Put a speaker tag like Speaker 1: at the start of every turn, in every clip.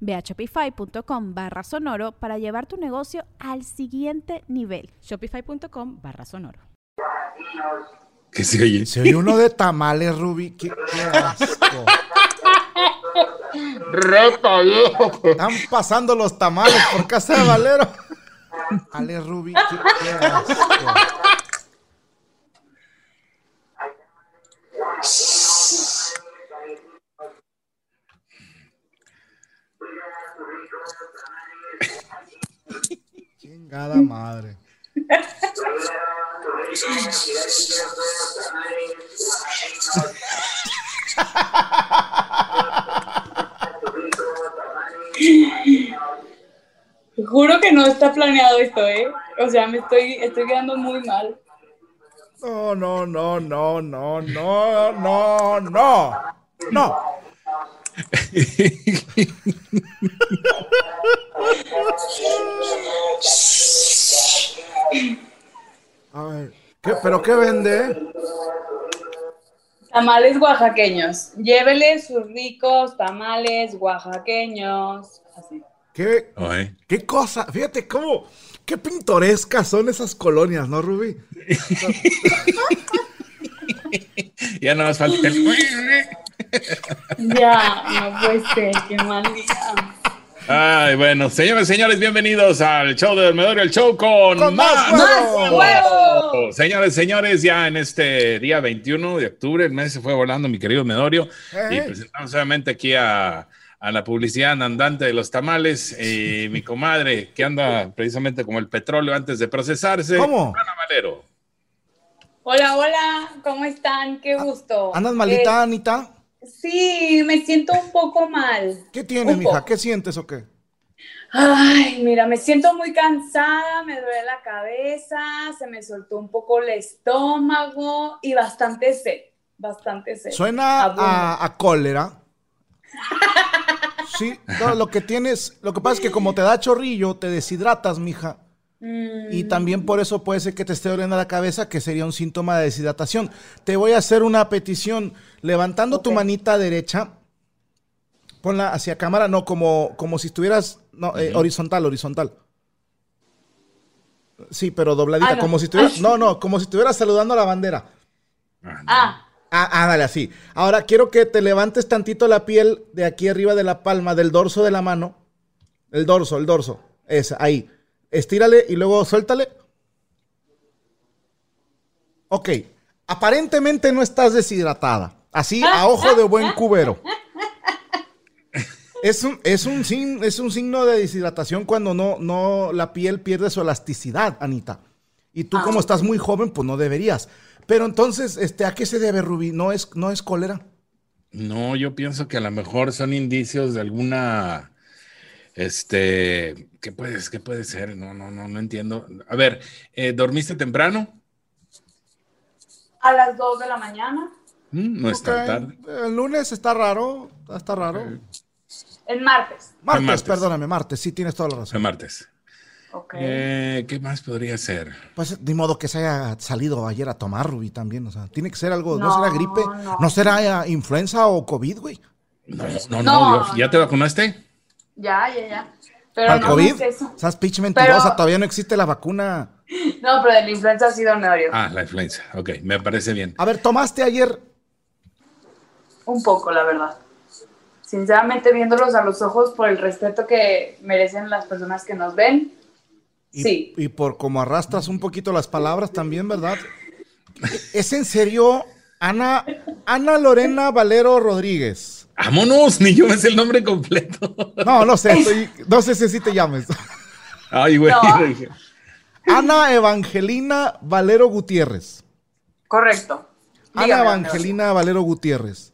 Speaker 1: Ve a shopify.com barra sonoro para llevar tu negocio al siguiente nivel.
Speaker 2: Shopify.com barra sonoro.
Speaker 3: ¿Qué se oye?
Speaker 4: Se oye uno de tamales, Ruby. Qué, qué asco.
Speaker 3: Reta, viejo.
Speaker 4: Están pasando los tamales por casa de Valero. Ale, Ruby. Qué, qué asco. Chingada madre.
Speaker 5: Juro que no está planeado esto, ¿eh? O sea, me estoy, estoy quedando muy mal.
Speaker 4: No, no, no, no, no, no, no, no. No. A ver. ¿qué- ¿Pero qué vende?
Speaker 5: Tamales oaxaqueños. Llévele sus ricos tamales oaxaqueños. Así.
Speaker 4: ¿Qué,
Speaker 3: Oye,
Speaker 4: qué cosa? Fíjate cómo. Qué pintorescas son esas colonias, ¿no, Ruby?
Speaker 3: ya no más falta el.
Speaker 5: Ya, no puede ser, qué mal día.
Speaker 3: Ay, bueno, señores, señores, bienvenidos al show de Dormedor, el show con,
Speaker 4: ¡Con más huevos!
Speaker 5: ¡Huevo!
Speaker 3: Señores, señores, ya en este día 21 de octubre, el mes se fue volando, mi querido Medorio. Y
Speaker 4: Ey.
Speaker 3: presentamos solamente aquí a, a la publicidad andante de los tamales, eh, mi comadre, que anda precisamente como el petróleo antes de procesarse.
Speaker 4: ¿Cómo?
Speaker 3: Ana Valero.
Speaker 5: Hola, hola, ¿cómo están? Qué gusto.
Speaker 4: ¿Andas maldita, Anita?
Speaker 5: Eh, sí, me siento un poco mal.
Speaker 4: ¿Qué tienes,
Speaker 5: un poco.
Speaker 4: mija? ¿Qué sientes o qué?
Speaker 5: Ay, mira, me siento muy cansada, me duele la cabeza, se me soltó un poco el estómago y bastante sed, bastante sed.
Speaker 4: Suena
Speaker 5: Abunda.
Speaker 4: a, a cólera. Sí, no, lo que tienes, lo que pasa es que como te da chorrillo, te deshidratas, mija.
Speaker 5: Mm,
Speaker 4: Y también por eso puede ser que te esté doliendo la cabeza, que sería un síntoma de deshidratación. Te voy a hacer una petición. Levantando tu
Speaker 5: Ok.
Speaker 4: manita derecha, ponla hacia cámara, no, como, como si estuvieras, no, eh, horizontal, horizontal. Sí, pero dobladita,
Speaker 5: Ah, no.
Speaker 4: como si estuvieras, no, no, como si estuvieras saludando a la bandera.
Speaker 5: Ah,
Speaker 4: Ah, ándale, así. Ahora quiero que te levantes tantito la piel de aquí arriba de la palma, del dorso de la mano. El dorso, el dorso. Esa, ahí. Estírale y luego suéltale. Ok. Aparentemente no estás deshidratada. Así, a ojo de buen cubero. Es un, es un, sin- es un signo de deshidratación cuando no, no la piel pierde su elasticidad, Anita. Y tú, como estás muy joven, pues no deberías. Pero entonces, este, ¿a qué se debe, Rubí? ¿No es, no es cólera?
Speaker 3: No, yo pienso que a lo mejor son indicios de alguna, este, ¿qué puedes, qué puede ser? No, no, no, no entiendo. A ver, eh, ¿dormiste temprano?
Speaker 5: a las 2 de la mañana.
Speaker 3: Mm, No es tan
Speaker 4: Ok,
Speaker 3: tarde.
Speaker 4: El lunes está raro, está raro.
Speaker 5: El martes.
Speaker 4: Martes,
Speaker 3: martes.
Speaker 4: perdóname, martes, sí tienes toda la
Speaker 3: Fue
Speaker 4: razón.
Speaker 3: martes.
Speaker 5: Ok.
Speaker 3: Eh, ¿qué más podría ser?
Speaker 4: Pues de modo que se haya salido ayer a tomar, Rubí, también. O sea, tiene que ser algo, no, será
Speaker 5: No,
Speaker 4: gripe, no,
Speaker 5: no.
Speaker 4: será eh, influenza o COVID, güey.
Speaker 3: No, no, no,
Speaker 5: No,
Speaker 3: Dios, ¿ya
Speaker 5: no.
Speaker 3: te vacunaste?
Speaker 5: Ya, ya, ya. Pero
Speaker 4: ¿Para
Speaker 5: no,
Speaker 4: COVID?
Speaker 5: no es eso.
Speaker 4: Esas pitch mentirosa,
Speaker 5: Pero-
Speaker 4: todavía no existe la vacuna.
Speaker 5: No, pero de la influenza ha sido honorio.
Speaker 3: Ah, la influenza. Ok, me parece bien.
Speaker 4: A ver, ¿tomaste ayer?
Speaker 5: Un poco, la verdad. Sinceramente, viéndolos a los ojos por el respeto que merecen las personas que nos ven.
Speaker 4: Y,
Speaker 5: Sí.
Speaker 4: Y por como arrastras un poquito las palabras también, ¿verdad? ¿Es en serio Ana, Ana Lorena Valero Rodríguez?
Speaker 3: Vámonos, ni yo me sé el nombre completo.
Speaker 4: No, no sé, estoy- no sé si así te llames.
Speaker 3: Ay, güey.
Speaker 5: No.
Speaker 3: dije,
Speaker 4: Ana Evangelina Valero Gutiérrez.
Speaker 5: Correcto.
Speaker 4: Ana
Speaker 5: Dígame,
Speaker 4: Evangelina Valero Gutiérrez.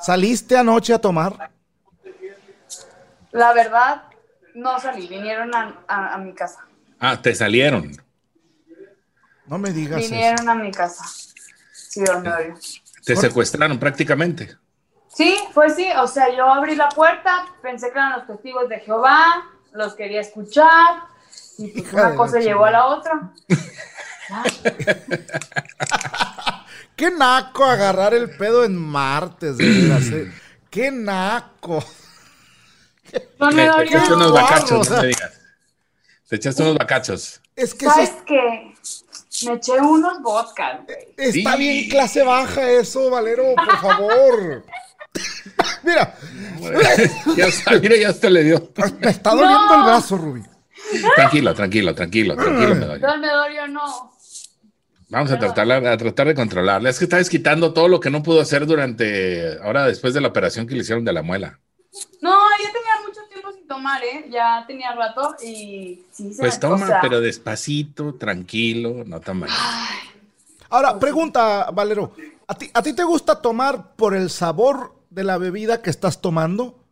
Speaker 4: ¿Saliste anoche a tomar?
Speaker 5: Andrés. La verdad, no salí, vinieron a, a- a mi casa.
Speaker 3: Ah, te salieron.
Speaker 4: No me digas eso.
Speaker 5: Vinieron a mi casa. Sí, Dios me oye.
Speaker 3: Te secuestraron prácticamente.
Speaker 5: Sí, pues sí, o sea, yo abrí la puerta, pensé que eran los testigos de Jehová, los quería escuchar, y pues
Speaker 4: Hija de
Speaker 5: una
Speaker 4: la
Speaker 5: cosa llevó a la otra.
Speaker 4: Qué naco agarrar el pedo en martes, de veras, eh. Qué naco.
Speaker 5: No me
Speaker 3: Te, Eh, te
Speaker 5: dolió.
Speaker 3: echaste unos
Speaker 4: guarro,
Speaker 3: bacachos, no
Speaker 4: o sea.
Speaker 3: me digas. Te echaste unos bacachos.
Speaker 4: Es que eso
Speaker 5: ¿Sabes qué? Me eché unos vodka, güey.
Speaker 4: es- está
Speaker 3: Sí.
Speaker 4: bien clase baja eso, Valero, por favor. Mira,
Speaker 3: Pues, Ya está, mira, ya hasta le dio.
Speaker 4: me está doliendo
Speaker 5: No.
Speaker 4: el brazo, Rubí.
Speaker 3: Tranquilo, tranquilo, tranquilo, tranquilo, me doy.
Speaker 5: Dios me dolió, no.
Speaker 3: Vamos a tratar, a tratar de controlarla. Es que está quitando todo lo que no pudo hacer durante, ahora después de la operación que le hicieron de la muela.
Speaker 5: No, yo tenía mucho tiempo sin tomar, ¿eh? Ya tenía rato y sí se
Speaker 3: Pues
Speaker 5: me-
Speaker 3: toma,
Speaker 5: o sea,
Speaker 3: pero despacito, tranquilo, no tan mal.
Speaker 5: Pues
Speaker 4: Ahora, pregunta, Valero. ¿a ti, ¿A ti te gusta tomar por el sabor de la bebida que estás tomando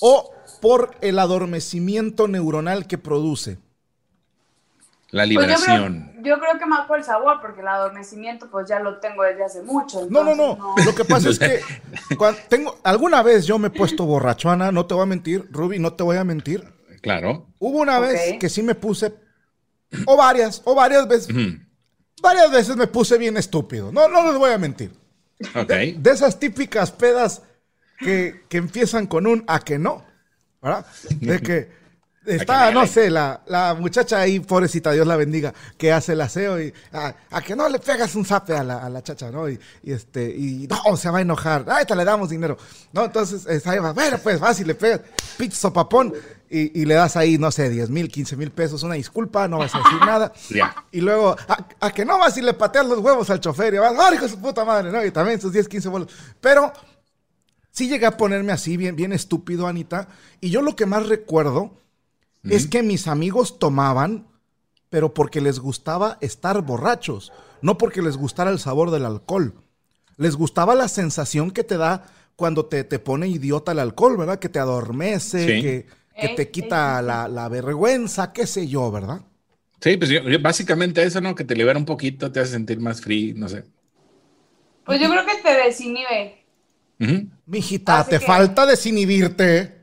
Speaker 4: o por el adormecimiento neuronal que produce?
Speaker 3: La
Speaker 5: pues yo, creo,
Speaker 3: liberación.
Speaker 5: yo creo que más por el sabor, porque el adormecimiento pues ya lo tengo desde hace mucho.
Speaker 4: No, no,
Speaker 5: entonces
Speaker 4: no. Lo que pasa es que cuan- tengo, alguna vez yo me he puesto borracho, Ana, no te voy a mentir, Ruby, no te voy a mentir.
Speaker 3: Claro.
Speaker 4: Hubo una
Speaker 5: Ok.
Speaker 4: vez que sí me puse, o varias, o varias veces,
Speaker 3: Ujú.
Speaker 4: varias veces me puse bien estúpido. No, no les voy a mentir.
Speaker 3: Ok.
Speaker 4: De esas típicas pedas que, que empiezan con un a que no, ¿verdad? De que
Speaker 3: A
Speaker 4: está,
Speaker 3: que no
Speaker 4: no
Speaker 3: le-
Speaker 4: sé, la, la muchacha ahí, pobrecita, Dios la bendiga, que hace el aseo y a, a que no le pegas un zape a la, a la chacha, ¿no? Y, y este, y no, se va a enojar, ahí te le damos dinero, ¿no? Entonces, es, ahí va, bueno, pues vas y le pegas, pinche sopapón, y, y le das ahí, no sé, 10 mil, 15 mil pesos, una disculpa, no vas a decir nada.
Speaker 3: Ya.
Speaker 4: Y luego, a, a que no vas y le pateas los huevos al chofer y vas, ¡ay, hijo de su puta madre! ¿no? Y también sus 10, 15 bolos. Pero sí llegué a ponerme así, bien, bien estúpido, Anita. Y yo lo que más recuerdo es que mis amigos tomaban, pero porque les gustaba estar borrachos, no porque les gustara el sabor del alcohol. Les gustaba la sensación que te da cuando te, te pone idiota el alcohol, ¿verdad? Que te adormece,
Speaker 3: Sí.
Speaker 4: que, que
Speaker 5: Ey,
Speaker 4: te
Speaker 5: ey,
Speaker 4: quita
Speaker 5: Eh, sí, sí.
Speaker 4: la, la vergüenza, qué sé yo, ¿verdad?
Speaker 3: Sí, pues yo- yo- básicamente eso, ¿no? Que te libera un poquito, te hace sentir más free, no sé.
Speaker 5: Pues yo creo que te desinhibe.
Speaker 3: Ujú.
Speaker 4: Mijita,
Speaker 5: Así
Speaker 4: te
Speaker 5: que-
Speaker 4: falta desinhibirte.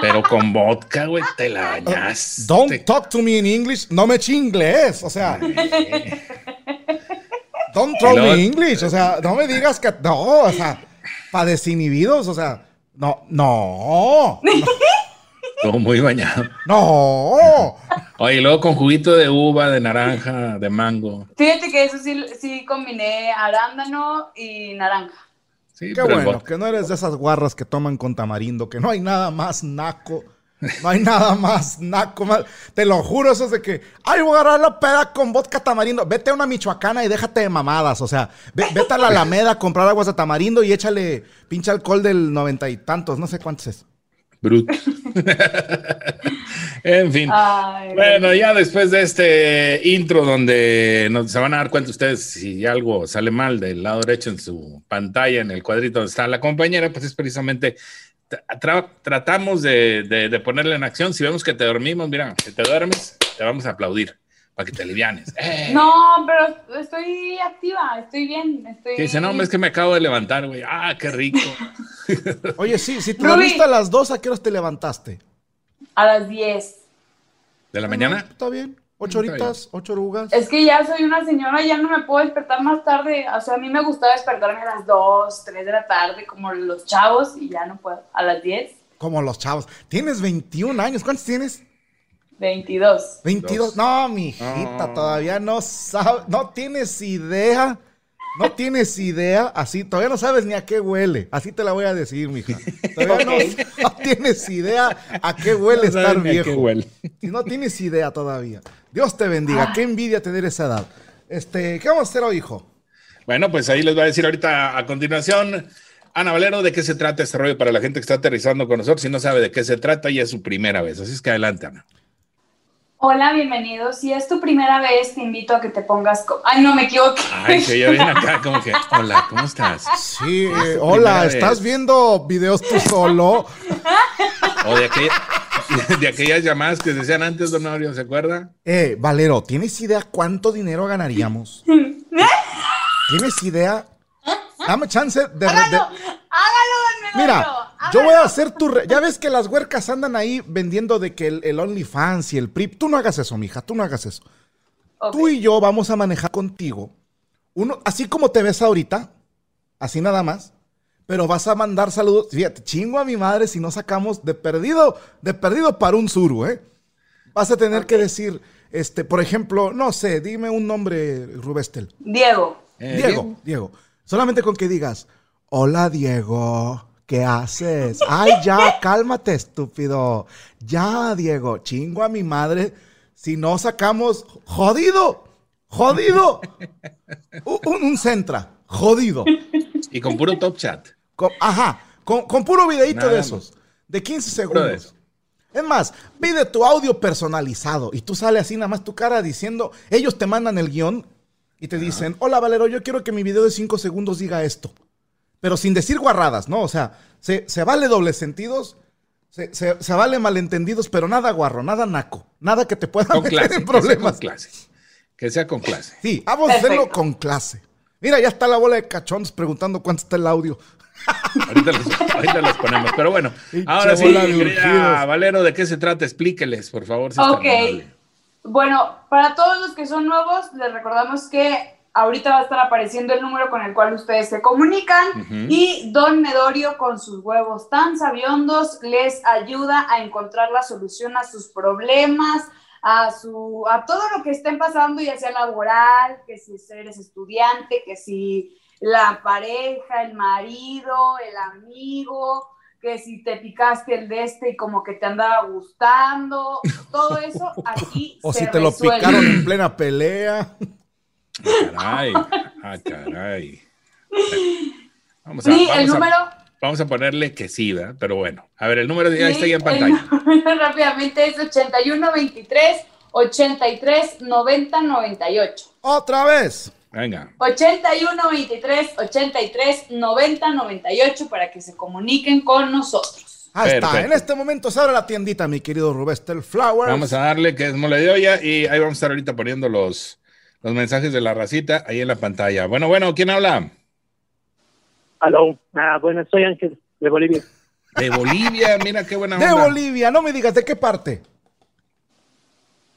Speaker 3: Pero con vodka, güey, te la bañaste.
Speaker 4: Don't talk to me in English. No me eche inglés. O sea. Don't throw
Speaker 3: luego-
Speaker 4: me English. O sea, no me digas que. No, o sea, para desinhibidos. O sea, no, no,
Speaker 3: Estuvo muy bañado.
Speaker 4: no.
Speaker 3: Oye, y luego con juguito de uva, de naranja, de mango.
Speaker 5: Fíjate que eso sí, sí combiné arándano y naranja.
Speaker 3: Sí,
Speaker 4: Qué
Speaker 3: pero el
Speaker 4: bueno
Speaker 3: vodka-
Speaker 4: que no eres de esas guarras que toman con tamarindo, que no hay nada más naco. No hay nada más naco. más- Te lo juro, eso es de que. Ay, voy a agarrar la peda con vodka tamarindo. Vete a una michoacana y déjate de mamadas. O sea, ve- vete a la Alameda a comprar aguas de tamarindo y échale pinche alcohol del noventa y tantos. No sé cuántos es.
Speaker 3: Brut. en fin.
Speaker 5: Ay,
Speaker 3: Bueno, ya después de este intro donde nos- se van a dar cuenta ustedes si algo sale mal del lado derecho en su pantalla, en el cuadrito donde está la compañera, pues es precisamente tra- tra- tratamos de, de- de ponerla en acción. Si vemos que te dormimos, mira, si te duermes, te vamos a aplaudir para que te alivianes. ¡Eh!
Speaker 5: No, pero estoy activa, estoy bien, estoy.
Speaker 3: Que dice, no, hombre, es que me acabo de levantar, güey. Ah, qué rico.
Speaker 4: Oye, sí, si te
Speaker 5: Rubí.
Speaker 4: dormiste a las dos, ¿a qué horas te levantaste?
Speaker 5: A las 10.
Speaker 3: ¿De la mañana?
Speaker 4: Está bien. Ocho
Speaker 3: Está
Speaker 4: horitas, ocho orugas.
Speaker 5: Es que ya soy una señora, ya no me puedo despertar más tarde. O sea, a mí me gusta despertarme a las 2, 3 de la tarde, como los chavos, y ya no puedo. A las 10,
Speaker 4: Como los chavos. Tienes 21 años. ¿Cuántos tienes?
Speaker 5: 22.
Speaker 4: 22.
Speaker 3: Dos.
Speaker 4: No, mijita, todavía no sabes, no tienes idea. No tienes idea, así, todavía no sabes ni a qué huele. Así te la voy a decir, mija. Todavía no, no tienes idea a qué huele
Speaker 3: No saben
Speaker 4: estar
Speaker 3: ni a qué
Speaker 4: viejo.
Speaker 3: huele. Ah.
Speaker 4: Y no tienes idea todavía. Dios te bendiga, qué envidia tener esa edad. Este, ¿Qué vamos a hacer hoy, hijo?
Speaker 3: Bueno, pues ahí les voy a decir ahorita a continuación, Ana Valero, de qué se trata este rollo para la gente que está aterrizando con nosotros y no sabe de qué se trata y es su primera vez. Así es que adelante, Ana.
Speaker 5: Hola, bienvenidos. Si es tu primera vez, te invito a que te pongas. co- Ay, no me equivoqué.
Speaker 3: Ay, se oye bien acá, como que, hola, ¿cómo estás?
Speaker 4: Sí,
Speaker 3: Es tu
Speaker 4: eh,
Speaker 3: primera
Speaker 4: hola,
Speaker 3: vez.
Speaker 4: ¿estás viendo videos tú solo?
Speaker 3: O de, aquella- de aquellas llamadas que decían antes, don Mario, ¿se acuerda?
Speaker 4: Eh, Valero, ¿tienes idea cuánto dinero ganaríamos?
Speaker 5: ¿Eh?
Speaker 4: ¿Tienes idea? Dame chance de... de-
Speaker 5: hágalo, hágalo, don Medorio,
Speaker 4: Mira, yo voy a hacer tu... re- ya ves que las huercas andan ahí vendiendo de que el, el OnlyFans y el PRIP... Tú no hagas eso, mija, tú no hagas eso.
Speaker 5: hágalo.
Speaker 4: Tú y yo vamos a manejar contigo. Uno, así como te ves ahorita, así nada más. Pero vas a mandar saludos. Fíjate, chingo a mi madre si no sacamos de perdido, de perdido para un suru, ¿eh? Vas a tener que decir, este, por ejemplo, no sé, dime un nombre, Rubestel.
Speaker 5: Diego,
Speaker 3: Eh,
Speaker 4: Diego, Diego, Solamente con que digas, hola Diego, ¿qué haces? Ay, ya, cálmate, estúpido. Ya, Diego, chingo a mi madre. Si no sacamos, jodido, jodido. Un, un- un centra, jodido.
Speaker 3: Y con puro top chat.
Speaker 4: Con- ajá, con, con puro videito
Speaker 3: Nada
Speaker 4: de
Speaker 3: más.
Speaker 4: esos, de 15
Speaker 3: Puro de
Speaker 4: segundos.
Speaker 3: eso.
Speaker 4: Es más, pide tu audio personalizado y tú sales así nada más tu cara diciendo, ellos te mandan el guión y te dicen, hola Valero, yo quiero que mi video de 5 segundos diga esto. Pero sin decir guarradas, ¿no? O sea, se, se vale dobles sentidos, se, se- se vale malentendidos, pero nada guarro, nada naco, nada que te pueda
Speaker 3: Con
Speaker 4: meter
Speaker 3: clase.
Speaker 4: en
Speaker 3: que sea con
Speaker 4: problemas.
Speaker 3: clase. Que sea con clase.
Speaker 4: Sí, vamos a hacerlo
Speaker 5: Perfecto.
Speaker 4: con clase. Mira, ya está la bola de cachondos preguntando cuánto está el audio.
Speaker 3: Ahorita los, ahorita los ponemos. Pero bueno,
Speaker 4: Pinche
Speaker 3: ahora sí,
Speaker 4: bola de
Speaker 3: querida
Speaker 4: urgidos.
Speaker 3: Valero, ¿de qué se trata? Explíqueles, por favor. si es tan
Speaker 5: Ok.
Speaker 3: amable.
Speaker 5: Bueno, para todos los que son nuevos, les recordamos que ahorita va a estar apareciendo el número con el cual ustedes se comunican
Speaker 3: Ujú.
Speaker 5: y Don Medorio con sus huevos tan sabiondos les ayuda a encontrar la solución a sus problemas, a su a todo lo que estén pasando, ya sea laboral, que si eres estudiante, que si la pareja, el marido, el amigo, que si te picaste el de este y como que te andaba gustando, todo eso aquí
Speaker 4: O
Speaker 5: se
Speaker 4: si te lo
Speaker 5: resuelve.
Speaker 4: picaron en plena pelea.
Speaker 3: Caray. Ah, caray. Vamos a,
Speaker 5: Sí, el
Speaker 3: vamos, a,
Speaker 5: número
Speaker 3: vamos a ponerle que sí, ¿verdad? Pero bueno. A ver, el número ya está ahí en
Speaker 5: Sí,
Speaker 3: pantalla.
Speaker 5: el número rápidamente es 81 23 83 90 98.
Speaker 4: Otra vez.
Speaker 3: Venga.
Speaker 5: 81 23 83 90 98 para que se comuniniquen con nosotros.
Speaker 4: Ahí está.
Speaker 3: Perfecto.
Speaker 4: En este momento se abre la tiendita, mi querido Rubestel Flowers.
Speaker 3: Vamos a darle que es mole de olla y ahí vamos a estar ahorita poniendo los, los mensajes de la racita ahí en la pantalla. Bueno, bueno, ¿quién habla?
Speaker 6: Aló. Ah, bueno, soy Ángel de Bolivia.
Speaker 3: De Bolivia, mira qué buena
Speaker 4: de
Speaker 3: onda.
Speaker 4: Bolivia, no me digas de qué parte.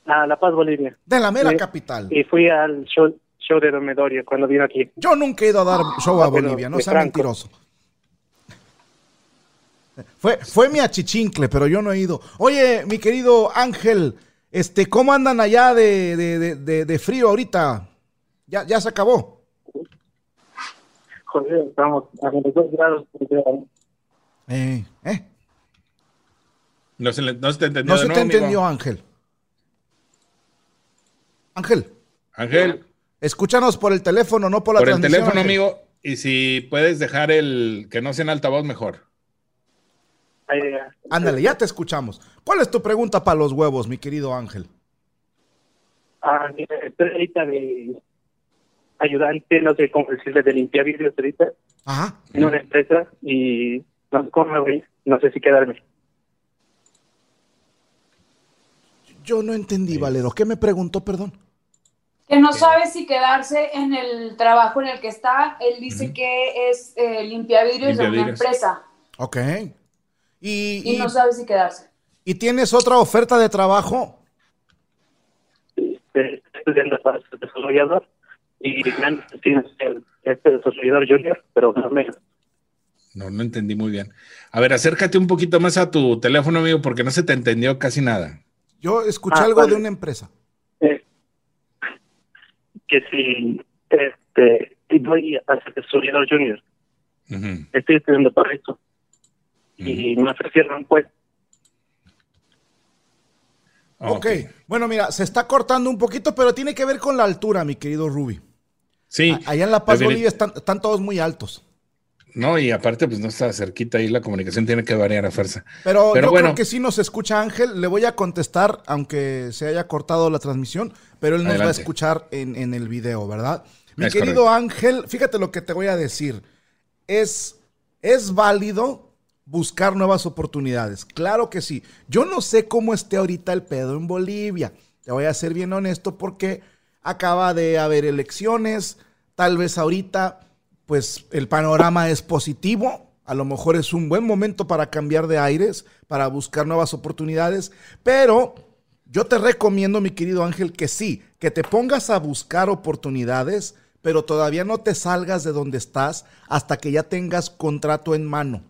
Speaker 6: Ah, La Paz, Bolivia.
Speaker 4: De la mera
Speaker 6: Sí.
Speaker 4: capital.
Speaker 6: Y fui al show, show de Domedorio cuando vino aquí.
Speaker 4: Yo nunca he ido a dar show a
Speaker 6: Ah, pero
Speaker 4: Bolivia, no
Speaker 6: de
Speaker 4: sea
Speaker 6: Franco.
Speaker 4: mentiroso. Fue, fue mi achichincle, pero yo no he ido. Oye, mi querido Ángel, este, ¿cómo andan allá de, de- de- de- de frío ahorita? Ya, ya se acabó.
Speaker 6: Joder, estamos a 22 grados.
Speaker 4: Eh, eh,
Speaker 3: No se, le- no se te entendió.
Speaker 4: No
Speaker 3: de
Speaker 4: se te
Speaker 3: nuevo, amigo.
Speaker 4: entendió, Ángel. Ángel.
Speaker 3: Ángel,
Speaker 4: Escúchanos por el teléfono, no por la
Speaker 3: por el
Speaker 4: transmisión.
Speaker 3: teléfono,
Speaker 4: Ángel.
Speaker 3: amigo. Y si puedes dejar el que no sea en altavoz, mejor.
Speaker 6: Ahí, ah,
Speaker 4: Ándale, ya te escuchamos. ¿Cuál es tu pregunta para los huevos, mi querido Ángel?
Speaker 6: ah, mira, estoy ahorita de ayudante, no sé cómo decirle, de limpiar vidrios ahorita
Speaker 4: Ajá.
Speaker 6: en una empresa y no sé cómo me voy. No sé si quedarme.
Speaker 4: Yo no entendí, Valero. ¿Qué me preguntó, perdón?
Speaker 5: Que no sabe si quedarse en el trabajo en el que está. Él dice que es eh, limpiavidrios de una
Speaker 3: Limpiavidrios.
Speaker 5: empresa
Speaker 4: Ok. ¿Y,
Speaker 5: y
Speaker 4: y-
Speaker 5: no sabe si quedarse.
Speaker 4: y tienes otra oferta de trabajo?
Speaker 6: Este, Estoy estudiando para ser desarrollador y me han ofrecido ser este desarrollador junior, pero no me.
Speaker 3: No, no entendí muy bien. A ver, acércate un poquito más a tu teléfono, amigo, porque no se te entendió casi nada.
Speaker 4: Yo escuché
Speaker 6: Ah,
Speaker 4: algo de
Speaker 6: vale.
Speaker 4: una empresa.
Speaker 6: Eh, que si este si voy a ser desarrollador junior,
Speaker 3: Ujú,
Speaker 6: estoy estudiando para eso y me ofrecieron pues
Speaker 3: Ah,
Speaker 4: Ok. Bueno, mira, se está cortando un poquito, pero tiene que ver con la altura, mi querido Ruby.
Speaker 3: Sí.
Speaker 4: A- Allá en La Paz,
Speaker 3: definit-
Speaker 4: Bolivia, están, están todos muy altos.
Speaker 3: No, y aparte, pues no está cerquita y la comunicación tiene que variar a fuerza.
Speaker 4: Pero,
Speaker 3: Pero
Speaker 4: yo
Speaker 3: bueno.
Speaker 4: creo que sí nos escucha Ángel. Le voy a contestar, aunque se haya cortado la transmisión, pero él nos va a
Speaker 3: Adelante.
Speaker 4: escuchar en, en el video, ¿verdad? Mi
Speaker 3: Es
Speaker 4: querido Ángel, fíjate lo que te voy a decir. Es, es válido buscar nuevas oportunidades. Claro que sí. Yo no sé cómo esté ahorita el pedo en Bolivia. Te voy a ser bien honesto porque acaba de haber elecciones. Tal vez ahorita, pues el panorama es positivo. A lo mejor es un buen momento para cambiar de aires, para buscar nuevas oportunidades. Pero yo te recomiendo, mi querido Ángel, que sí, que te pongas a buscar oportunidades, pero todavía no te salgas de donde estás hasta que ya tengas contrato en mano.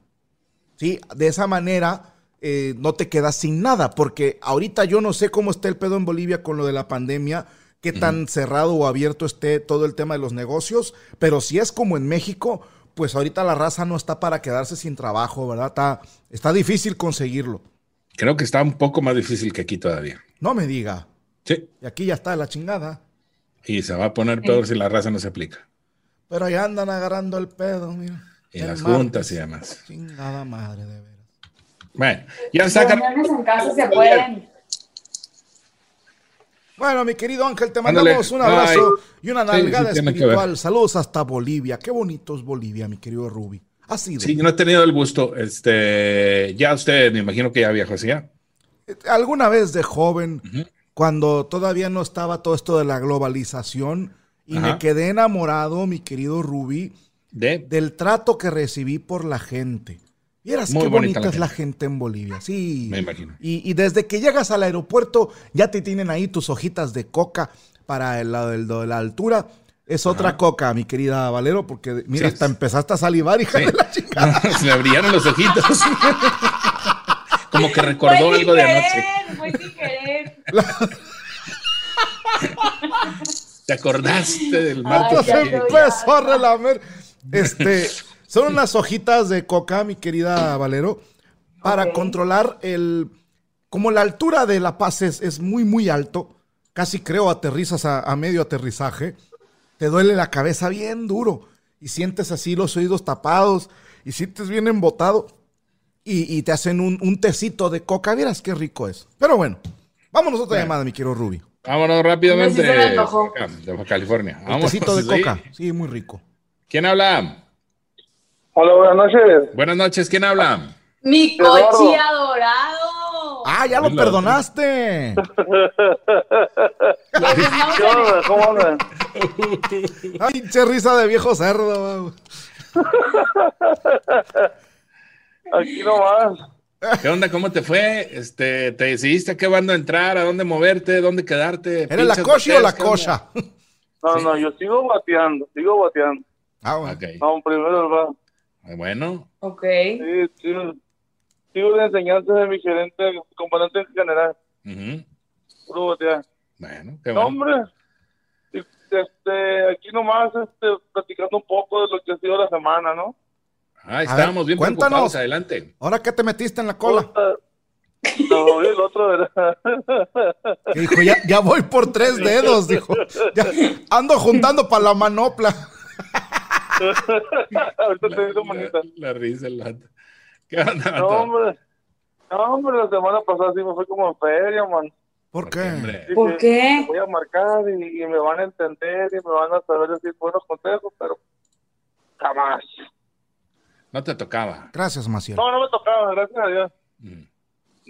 Speaker 4: ¿sí? De esa manera eh, no te quedas sin nada, porque ahorita yo no sé cómo está el pedo en Bolivia con lo de la pandemia, qué tan cerrado o abierto esté todo el tema de los negocios, pero si es como en México, pues ahorita la raza no está para quedarse sin trabajo, ¿verdad? Está, está difícil conseguirlo.
Speaker 3: Creo que está un poco más difícil que aquí todavía.
Speaker 4: No me diga.
Speaker 3: Sí.
Speaker 4: Y aquí ya está la chingada.
Speaker 3: Y se va a poner peor si la raza no se aplica.
Speaker 4: Pero ahí andan agarrando el pedo, mira.
Speaker 3: Y
Speaker 4: El
Speaker 3: las
Speaker 4: martes.
Speaker 3: juntas y demás.
Speaker 4: Chingada madre, de veras.
Speaker 3: Bueno, ya sacan.
Speaker 5: Reuniones en casa se pueden.
Speaker 4: Bueno, mi querido Ángel, te
Speaker 3: Ándale.
Speaker 4: mandamos un abrazo y una
Speaker 3: Sí, sí,
Speaker 4: nalgada
Speaker 3: tiene que
Speaker 4: espiritual.
Speaker 3: ver.
Speaker 4: Saludos hasta Bolivia. Qué bonito es Bolivia, mi querido Ruby. Ha sido.
Speaker 3: Sí, no he tenido el gusto. Este, ya usted, me imagino que ya viajó así, ¿ya?
Speaker 4: Alguna vez de joven, cuando todavía no estaba todo esto de la globalización, y me
Speaker 3: Ajá.
Speaker 4: quedé enamorado, mi querido Ruby,
Speaker 3: De
Speaker 4: del trato que recibí por la gente. Vieras
Speaker 3: Muy
Speaker 4: qué bonita
Speaker 3: bonita la
Speaker 4: es la gente en Bolivia, sí.
Speaker 3: Me imagino.
Speaker 4: Y, y desde que llegas al aeropuerto, ya te tienen ahí tus hojitas de coca para el lado del- de la altura. Es otra coca, mi querida Valero, porque mira,
Speaker 3: Sí.
Speaker 4: hasta empezaste a salivar, hija
Speaker 3: Sí.
Speaker 4: de la chingada.
Speaker 3: se le brillaron los ojitos. Como que recordó
Speaker 5: Fue sin
Speaker 3: algo de
Speaker 5: querer,
Speaker 3: anoche.
Speaker 5: Fue sin querer.
Speaker 3: ¿Te acordaste del
Speaker 5: Ay,
Speaker 3: martes?
Speaker 4: Entonces pues,
Speaker 5: ya te voy a-
Speaker 4: empezó a relamer. Este, son unas hojitas de coca, mi querida Valero, para
Speaker 5: Ok.
Speaker 4: controlar el. Como la altura de La Paz es, es muy, muy alto, casi creo aterrizas a, a medio aterrizaje, te duele la cabeza bien duro y sientes así los oídos tapados y sientes bien embotado y, y te hacen un, un tecito de coca. Vieras qué rico es. Pero bueno, vámonos a otra llamada, mi querido Ruby.
Speaker 3: Vámonos rápidamente.
Speaker 5: Sí, se me antojó.
Speaker 3: acá, De Baja California.
Speaker 4: Un
Speaker 3: Vámonos,
Speaker 4: tecito de
Speaker 3: sí.
Speaker 4: coca. Sí, muy rico.
Speaker 3: ¿Quién habla?
Speaker 6: Hola, buenas noches.
Speaker 3: Buenas noches, ¿quién habla?
Speaker 5: Mi
Speaker 6: Eduardo.
Speaker 5: coche adorado.
Speaker 4: Ah, ya lo
Speaker 3: Hola.
Speaker 4: perdonaste.
Speaker 6: ¿Qué onda? ¿Cómo andan?
Speaker 4: Ay, Pinche risa de viejo cerdo. güey.
Speaker 6: Aquí nomás.
Speaker 3: ¿Qué onda? ¿Cómo te fue? Este, ¿Te decidiste a qué banda entrar? ¿A dónde moverte? ¿Dónde quedarte?
Speaker 4: ¿Eres la
Speaker 3: Pinches
Speaker 4: coche o la
Speaker 3: boteas, ¿qué onda?
Speaker 4: cocha?
Speaker 6: No, no, yo sigo bateando, sigo bateando.
Speaker 4: Ah, bueno.
Speaker 3: Ok.
Speaker 6: No, primero va.
Speaker 3: Bueno,
Speaker 5: Ok.
Speaker 6: Sí, sigo, sigo de enseñanza de mi gerente, componente en general.
Speaker 3: ujú.
Speaker 6: Puro batear.
Speaker 3: bueno, qué
Speaker 6: No,
Speaker 3: bueno.
Speaker 6: hombre. Y, Este, aquí nomás este, platicando un poco de lo que ha sido la semana, ¿no?
Speaker 3: Ah,
Speaker 4: ver,
Speaker 3: estábamos bien
Speaker 4: cuéntanos.
Speaker 3: preocupados. Adelante.
Speaker 4: Ahora que te metiste en la cola.
Speaker 6: No, el otro, ¿verdad?
Speaker 4: Que dijo, ya, ya voy por tres dedos, dijo. Ya ando juntando para la manopla.
Speaker 6: Ahorita te digo, manita.
Speaker 3: La, la risa, el vato. ¿Qué onda,
Speaker 6: No,
Speaker 3: vato?
Speaker 6: hombre. No, hombre, la semana pasada sí me fue como en feria, man.
Speaker 4: ¿Por
Speaker 3: Porque,
Speaker 4: qué?
Speaker 3: hombre,
Speaker 6: Dije,
Speaker 5: ¿Por qué?
Speaker 6: Voy a marcar y, y me van a entender y me van a saber decir buenos consejos, pero jamás.
Speaker 3: no te tocaba.
Speaker 4: Gracias, Maciel.
Speaker 6: No, no me tocaba, gracias a Dios.
Speaker 3: Mm.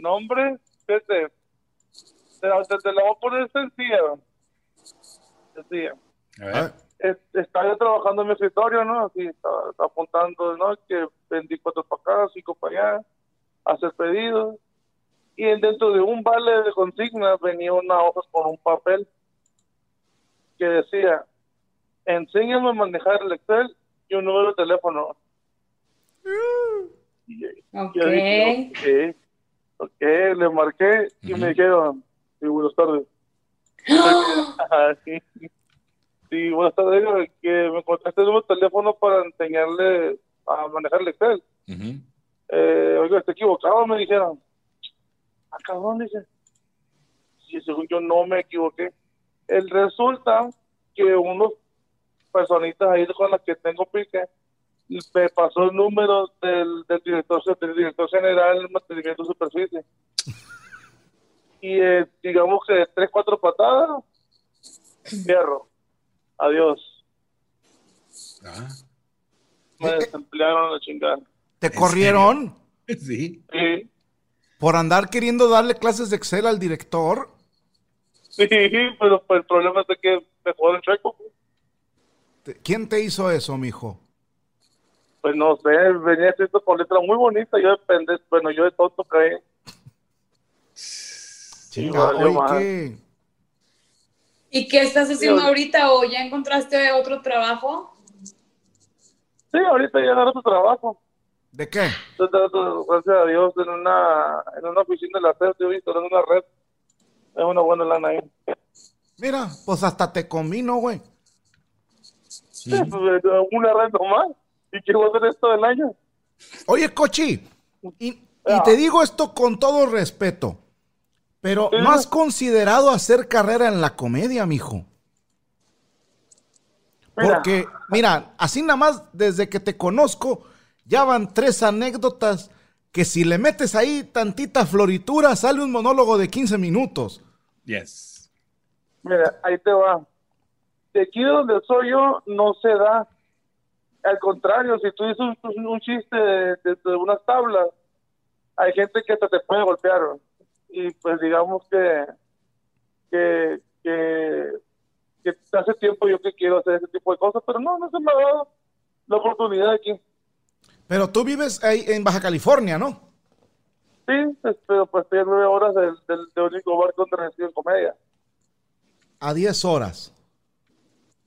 Speaker 6: No, hombre, fíjate. Te la, te- te la voy a poner sencilla. Sencilla.
Speaker 3: A
Speaker 4: A
Speaker 3: ver.
Speaker 4: ver,
Speaker 6: Es- Estaba yo trabajando en mi escritorio, ¿no? Así, estaba- estaba apuntando, ¿no? Que vendí cuatro para acá, cinco para allá, hacer pedidos. Y en- dentro de un vale de consignas venía una hoja con un papel que decía, enséñame a manejar el Excel y un número de teléfono. Y yo- yo dije,
Speaker 5: Ok.
Speaker 6: ok, ok, le marqué y
Speaker 3: Ujú.
Speaker 6: me dijeron, sí, buenas tardes. Ajá, sí. Sí, buenas tardes, oiga, que me encontraste el número de teléfono para enseñarle a manejar el Excel.
Speaker 3: Ujú.
Speaker 6: Eh, oiga, está equivocado, me dijeron. Ah, cabrón, dice. y según yo no me equivoqué. El resulta que unos personitas ahí con las que tengo pique me pasó el número del, del director, del director general de mantenimiento de superficie. Y eh, digamos que tres, cuatro patadas, cierro. Adiós.
Speaker 3: Ah,
Speaker 6: Me desemplearon a la chingada.
Speaker 4: ¿Te
Speaker 3: ¿En
Speaker 4: corrieron
Speaker 3: sí.
Speaker 6: Sí,
Speaker 4: por andar queriendo darle clases de Excel al director?
Speaker 6: sí, pero pues, el problema es de que me jugaron chueco.
Speaker 4: Te- ¿Quién te hizo eso, mijo?
Speaker 6: Pues no sé, venía escrito con letras muy bonitas. Yo de pende- bueno, yo de tonto caí.
Speaker 4: Chinga,
Speaker 6: valió
Speaker 4: oye,
Speaker 6: madre.
Speaker 4: ¿qué?
Speaker 5: ¿Y qué estás haciendo
Speaker 6: Dios.
Speaker 5: ahorita o ya encontraste otro trabajo?
Speaker 6: Sí, ahorita ya agarro tu trabajo.
Speaker 4: ¿De qué?
Speaker 6: Yo trato, gracias a Dios, en una, en una oficina de la red, yo he visto, en una red. Es una buena lana ahí.
Speaker 4: Mira, pues hasta te combino, güey.
Speaker 6: Sí, pues, eh, una red nomás. ¿Y qué voy a hacer esto del año?
Speaker 4: Oye, Cochi, y, y
Speaker 6: Ah.
Speaker 4: te digo esto con todo respeto, pero ¿no has considerado hacer carrera en la comedia, mijo?
Speaker 6: Mira.
Speaker 4: Porque, mira, así nada más, desde que te conozco, ya van tres anécdotas que si le metes ahí tantita floritura, sale un monólogo de 15 minutos.
Speaker 3: Yes.
Speaker 6: Mira, ahí te va. De aquí de donde soy yo no se da. Al contrario, si tú dices un, un chiste de, de- de unas tablas, hay gente que hasta te puede golpear. ¿no? Y pues digamos que, que, que, que hace tiempo yo que quiero hacer ese tipo de cosas, pero no, no se me ha dado la oportunidad aquí.
Speaker 4: Pero tú vives ahí en Baja California, ¿no?
Speaker 6: Sí, pues, pero pues estoy a nueve horas del, del, del único bar donde reciben comedia.
Speaker 4: A 10 horas.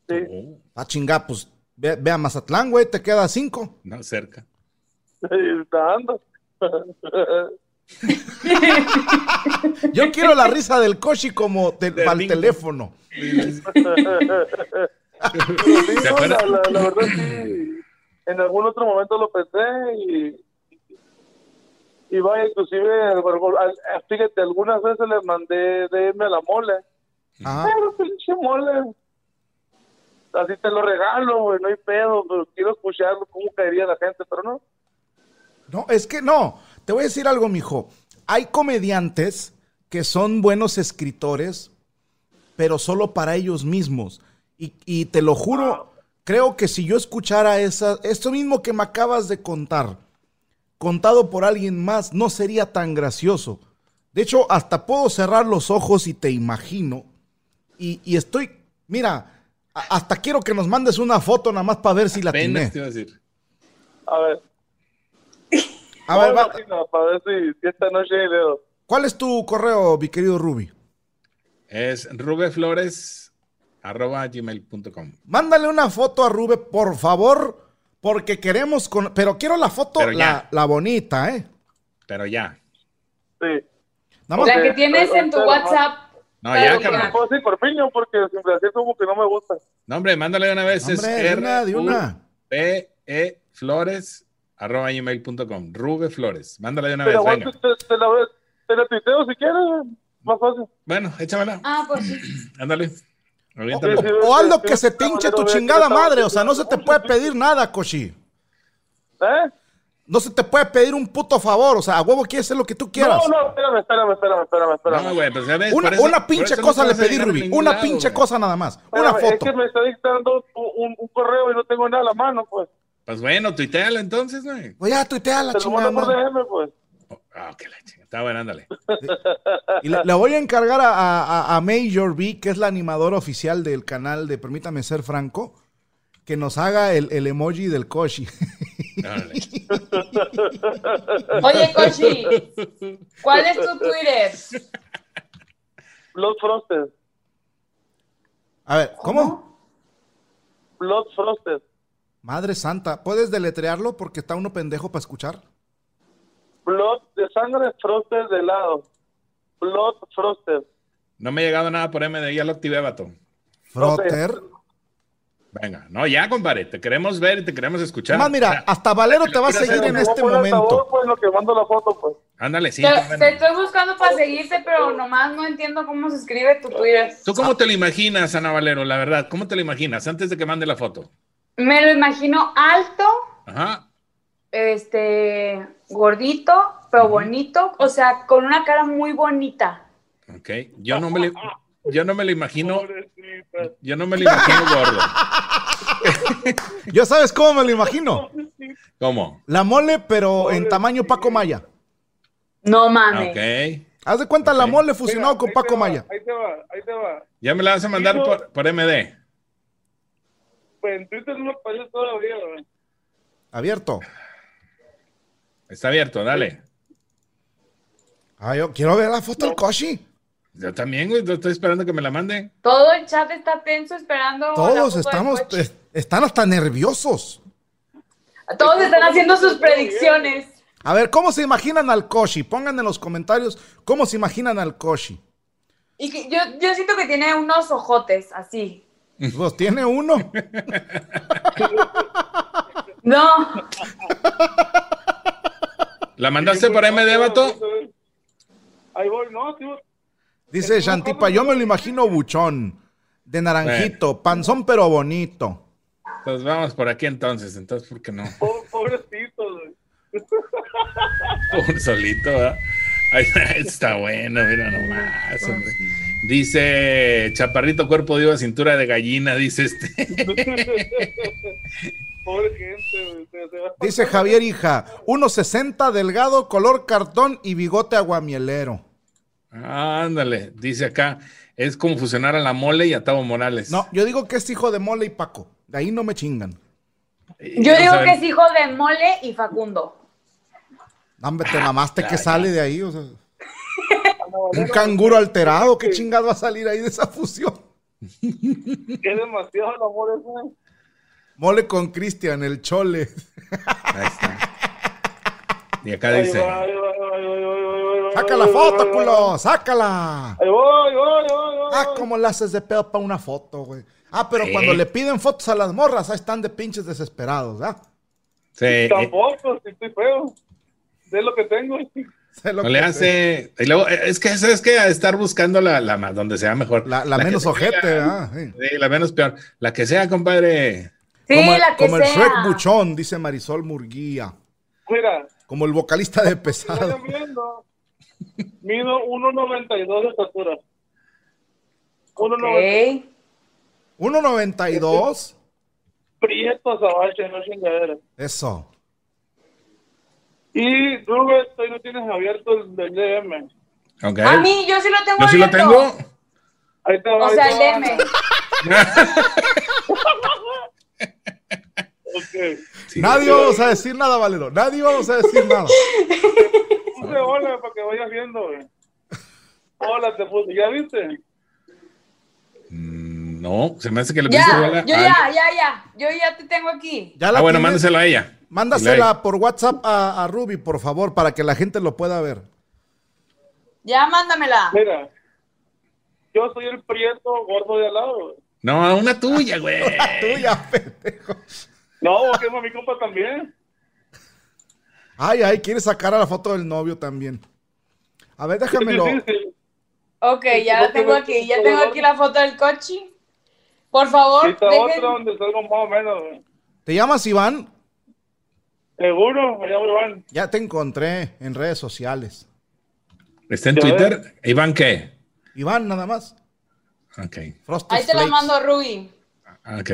Speaker 6: Sí.
Speaker 3: Oh,
Speaker 4: A chingar, pues ve, ve a Mazatlán, güey, te queda 5.
Speaker 3: no, cerca.
Speaker 6: Está dando.
Speaker 4: Yo quiero la risa del Cochi como te-
Speaker 3: Del
Speaker 4: para el
Speaker 3: bingo.
Speaker 4: teléfono.
Speaker 6: Sí,
Speaker 3: ¿Se
Speaker 6: no, la,
Speaker 3: acuerdan?
Speaker 6: la- la verdad sí, en algún otro momento lo pensé y, y vaya, inclusive, al- fíjate, algunas veces le mandé DM a la mole,
Speaker 4: Ajá.
Speaker 6: pero pinche mole, así te lo regalo, güey, no hay pedo, pero quiero escucharlo, cómo caería la gente, pero no.
Speaker 4: No, es que no. Te voy a decir algo, mijo. Hay comediantes que son buenos escritores, pero solo para ellos mismos. Y, y te lo juro, creo que si yo escuchara esa, esto mismo que me acabas de contar, contado por alguien más, no sería tan gracioso. De hecho, hasta puedo cerrar los ojos y te imagino. Y, y estoy, mira, a- hasta quiero que nos mandes una foto nada más para ver si la tienes.
Speaker 3: Apenas te iba a decir.
Speaker 6: A ver,
Speaker 4: A ver,
Speaker 6: no,
Speaker 4: va-
Speaker 6: imagino, para ver si, si esta noche le doy.
Speaker 4: ¿cuál es tu correo, mi querido Ruby?
Speaker 3: Es rubeflores arroba gmail.com.
Speaker 4: Mándale una foto a Rube, por favor, porque queremos con... Pero quiero la foto,
Speaker 3: Pero ya.
Speaker 4: la, la bonita, ¿eh?
Speaker 3: Pero ya.
Speaker 6: Sí.
Speaker 4: Nada más-
Speaker 5: La que
Speaker 6: Ok,
Speaker 5: tienes en tu
Speaker 6: ahorita nomás.
Speaker 5: WhatsApp.
Speaker 3: No,
Speaker 5: Claro,
Speaker 3: ya,
Speaker 5: claro.
Speaker 3: carnal.
Speaker 6: Puedo decir por piño Pues porque sin placer como que no me gusta.
Speaker 3: No, hombre, mándale de una vez. es
Speaker 4: Hombre, de una, de una.
Speaker 3: R-U-B-E flores arroba gmail.com. Rube Flores. Mándale de una
Speaker 6: Pero
Speaker 3: vez. Venga.
Speaker 6: aguanta, te, te la, te la tuiteo si quieres, más fácil.
Speaker 3: Bueno, échamela.
Speaker 5: Ah, pues sí.
Speaker 3: Ándale.
Speaker 4: O,
Speaker 3: Aviéntala.
Speaker 6: Ok.
Speaker 4: o haz lo que se
Speaker 6: Sí,
Speaker 4: te hinche
Speaker 6: sí,
Speaker 4: tu
Speaker 6: sí,
Speaker 4: chingada
Speaker 6: sí,
Speaker 4: madre,
Speaker 6: sí,
Speaker 4: o sea, no se te
Speaker 6: sí,
Speaker 4: puede
Speaker 6: sí.
Speaker 4: pedir nada, Koshi.
Speaker 6: ¿Eh?
Speaker 4: No se te puede pedir un puto favor, o sea, a huevo quieres hacer lo que tú quieras.
Speaker 6: No, no, espérame, espérame, espérame, espérame, espérame.
Speaker 3: No, güey, pues ya ves,
Speaker 4: Una,
Speaker 3: por eso-
Speaker 4: una
Speaker 3: por
Speaker 4: pinche
Speaker 3: eso no
Speaker 4: cosa le
Speaker 3: vas a
Speaker 4: pedí,
Speaker 3: llegar a
Speaker 4: Ruby.
Speaker 3: ningún
Speaker 4: Una
Speaker 3: lado,
Speaker 4: pinche
Speaker 3: güey.
Speaker 4: cosa nada más. Una
Speaker 6: Espérame, Es
Speaker 4: foto.
Speaker 6: que me está dictando un, un- un correo y no tengo nada a la mano, pues.
Speaker 3: Pues bueno, tuitealo entonces, güey.
Speaker 4: Pues ya, tuitea la
Speaker 6: Te lo mando
Speaker 4: chingada.
Speaker 6: por
Speaker 4: madre.
Speaker 6: DM, pues.
Speaker 3: Oh, ah, que la chinga. Está bueno, ándale.
Speaker 4: Y le, le voy a encargar a, a- a- a Major B, que es la animadora oficial del canal de Permítame Ser Franco, que nos haga el, el emoji del Koshi.
Speaker 3: Órale.
Speaker 5: Oye, Cochi, ¿cuál es tu Twitter?
Speaker 6: Blood Frosted.
Speaker 4: A ver, ¿cómo?
Speaker 6: Blood Frosted.
Speaker 4: Madre santa, ¿puedes deletrearlo porque está uno pendejo para escuchar?
Speaker 6: Blood de sangre, Frosted de helado. Blood Frosted.
Speaker 3: No me ha llegado nada por MD, ya lo activé, vato.
Speaker 4: Frotter.
Speaker 3: Venga, no, ya, compadre, te queremos ver y te queremos escuchar.
Speaker 4: Más, mira, hasta Valero te va a seguir en
Speaker 6: Voy a
Speaker 4: este
Speaker 6: poner altavoz,
Speaker 4: momento.
Speaker 6: pues, en lo que mando la foto, pues.
Speaker 3: Ándale, sí.
Speaker 5: Te,
Speaker 3: está bueno.
Speaker 5: te estoy buscando para seguirte, pero nomás no entiendo cómo se escribe tu Twitter.
Speaker 3: ¿Tú cómo te lo imaginas, Ana Valero? La verdad, ¿cómo te lo imaginas? Antes de que mande la foto.
Speaker 5: Me lo imagino alto,
Speaker 3: Ajá.
Speaker 5: este, gordito, pero bonito, o sea, con una cara muy bonita.
Speaker 3: Ok. Yo no me lo, yo no me lo imagino.
Speaker 6: pues,
Speaker 3: Yo no me lo imagino gordo.
Speaker 4: Yo sabes cómo me lo imagino.
Speaker 3: ¿Cómo?
Speaker 4: La mole, pero en tamaño Paco Maya.
Speaker 5: No
Speaker 3: Ah,
Speaker 5: mames.
Speaker 3: Ok.
Speaker 4: Haz de cuenta la
Speaker 3: Ok.
Speaker 4: mole fusionado Pues con
Speaker 6: Mira, ahí te
Speaker 4: Paco
Speaker 6: va,
Speaker 4: Maya.
Speaker 6: Ahí te va, ahí te va.
Speaker 3: Ya me la vas a mandar
Speaker 6: Digo-
Speaker 3: por, por MD.
Speaker 6: Pues en Twitter no me aparece todavía, güey.
Speaker 4: Abierto.
Speaker 3: Está abierto, dale.
Speaker 4: Ah, yo quiero ver la foto del Koshi.
Speaker 3: Yo también, güey, yo estoy esperando que me la mande.
Speaker 5: Todo el chat está tenso esperando. la
Speaker 4: Todos
Speaker 5: foto del
Speaker 4: estamos,
Speaker 5: coche.
Speaker 4: es- están hasta nerviosos.
Speaker 5: Todos están haciendo sus predicciones.
Speaker 4: A ver, ¿cómo se imaginan al Koshi? Pongan en los comentarios cómo se imaginan al Koshi.
Speaker 5: Y que yo, yo siento que tiene unos ojotes así.
Speaker 4: Pues tiene uno.
Speaker 5: No,
Speaker 3: ¿La mandaste por MD, vato?
Speaker 6: Ahí voy, no, sí, güey.
Speaker 4: Dice Shantipa, yo me lo imagino buchón. De naranjito, panzón pero bonito.
Speaker 3: Entonces Pues vamos por aquí entonces, entonces, ¿por qué no?
Speaker 6: Po- pobrecito, güey.
Speaker 3: Por solito, ¿verdad? Ay, Está bueno, mira nomás, hombre. Dice Chaparrito Cuerpo Diva Cintura de Gallina, dice este.
Speaker 6: Pobre gente, güey. Se- se va.
Speaker 4: Dice Javier Hija, 1.60, delgado, color cartón y bigote aguamielero.
Speaker 3: Ándale, dice acá, es como fusionar a la mole y a Tavo Morales.
Speaker 4: No, yo digo que es hijo de Mole y Paco. De ahí no me chingan.
Speaker 3: Eh,
Speaker 5: yo digo que es
Speaker 3: sí.
Speaker 5: hijo de Mole y Facundo.
Speaker 4: Hombre, te mamaste que sale de ahí. o sea. un canguro alterado, ¿qué chingado va a salir ahí de esa fusión?
Speaker 6: Es demasiado el amor ese.
Speaker 4: Mole con Cristian, el chole.
Speaker 3: Ahí está. Y acá
Speaker 6: Ahí
Speaker 3: dice,
Speaker 6: va, ahí va, ahí va, ahí va, ahí va, ahí va, ahí va,
Speaker 4: ¡Saca la
Speaker 6: ahí va, ahí
Speaker 4: foto,
Speaker 6: va.
Speaker 4: culo! ¡Sácala!
Speaker 6: Ahí voy, ahí voy, ahí voy, ahí voy.
Speaker 4: Ah, cómo le haces de pedo para una foto, güey. Ah, pero
Speaker 3: Sí.
Speaker 4: cuando le piden fotos a las morras, ahí están de pinches desesperados, ¿ah? ¿verdad?
Speaker 3: sí, eh,
Speaker 6: Tampoco, si estoy feo. De lo que tengo.
Speaker 4: Sé lo
Speaker 3: no le
Speaker 4: que-
Speaker 3: hace. Y luego, eh, es que es que a estar buscando la, la más- donde sea mejor.
Speaker 4: La, la menos
Speaker 3: que- ¿eh?
Speaker 4: ojete, ¿verdad? Sí.
Speaker 3: Sí, la menos peor. La que sea, compadre.
Speaker 5: Sí,
Speaker 4: como
Speaker 5: la que
Speaker 4: como el Shrek
Speaker 5: sea.
Speaker 4: Buchón, dice Marisol Murguía.
Speaker 6: Mira,
Speaker 4: Como el vocalista de
Speaker 6: ya
Speaker 4: Pesado.
Speaker 6: están viendo. Mido 1.92 de estatura. 1.92.
Speaker 5: Ok.
Speaker 4: 1.92.
Speaker 6: Prieto Sabache, no chingadera.
Speaker 4: Eso.
Speaker 6: Y Rubén, todavía no tienes abierto el del DM.
Speaker 3: Ok.
Speaker 5: A mí, yo sí lo tengo
Speaker 3: Yo sí lo
Speaker 5: abierto.
Speaker 3: tengo.
Speaker 6: Ahí te va,
Speaker 5: O
Speaker 6: ahí
Speaker 5: sea,
Speaker 6: te
Speaker 5: el
Speaker 6: va.
Speaker 5: DM.
Speaker 6: Ok.
Speaker 3: Sí.
Speaker 4: Nadie vamos a decir nada, Valero. Nadie vamos a decir nada.
Speaker 6: Puse hola para que vayas viendo, güey. Hola, te puse. ¿Ya viste?
Speaker 3: Mm, No, se me hace que le
Speaker 5: Ya,
Speaker 3: puse bola.
Speaker 5: yo
Speaker 3: a-
Speaker 5: ya, ya, ya. Yo ya te tengo aquí.
Speaker 4: Ya
Speaker 3: Ah, bueno,
Speaker 4: tienes.
Speaker 3: mándaselo a ella. Dile
Speaker 4: Mándasela por WhatsApp a, a Ruby, por favor, para que la gente lo pueda ver.
Speaker 5: Ya mándamela.
Speaker 6: Mira, yo soy el prieto gordo de al lado. güey.
Speaker 3: No, una tuya, güey.
Speaker 4: Tuya, pendejo.
Speaker 6: No, que mi compa también.
Speaker 4: Ay, ay, quiere sacar a la foto del novio también. A ver, déjamelo.
Speaker 6: Sí, sí, sí.
Speaker 5: Ok, ya
Speaker 6: No
Speaker 5: la tengo
Speaker 6: tengo
Speaker 5: aquí. Ya
Speaker 6: foto,
Speaker 5: tengo
Speaker 6: ¿verdad?
Speaker 5: aquí la foto del coche. Por
Speaker 6: Y
Speaker 5: favor,
Speaker 6: está
Speaker 5: Oh, dejen-
Speaker 6: otro donde salgo más o menos. güey.
Speaker 4: ¿Te llamas Iván?
Speaker 6: Seguro, allá voy, van.
Speaker 4: Ya te encontré en redes sociales.
Speaker 3: ¿Está en
Speaker 6: Ya
Speaker 3: Twitter? ¿Iván qué?
Speaker 4: Iván, nada más.
Speaker 3: Ok,
Speaker 4: Frosted
Speaker 5: ahí te la
Speaker 4: Flakes.
Speaker 5: mando, Ruby.
Speaker 3: ok.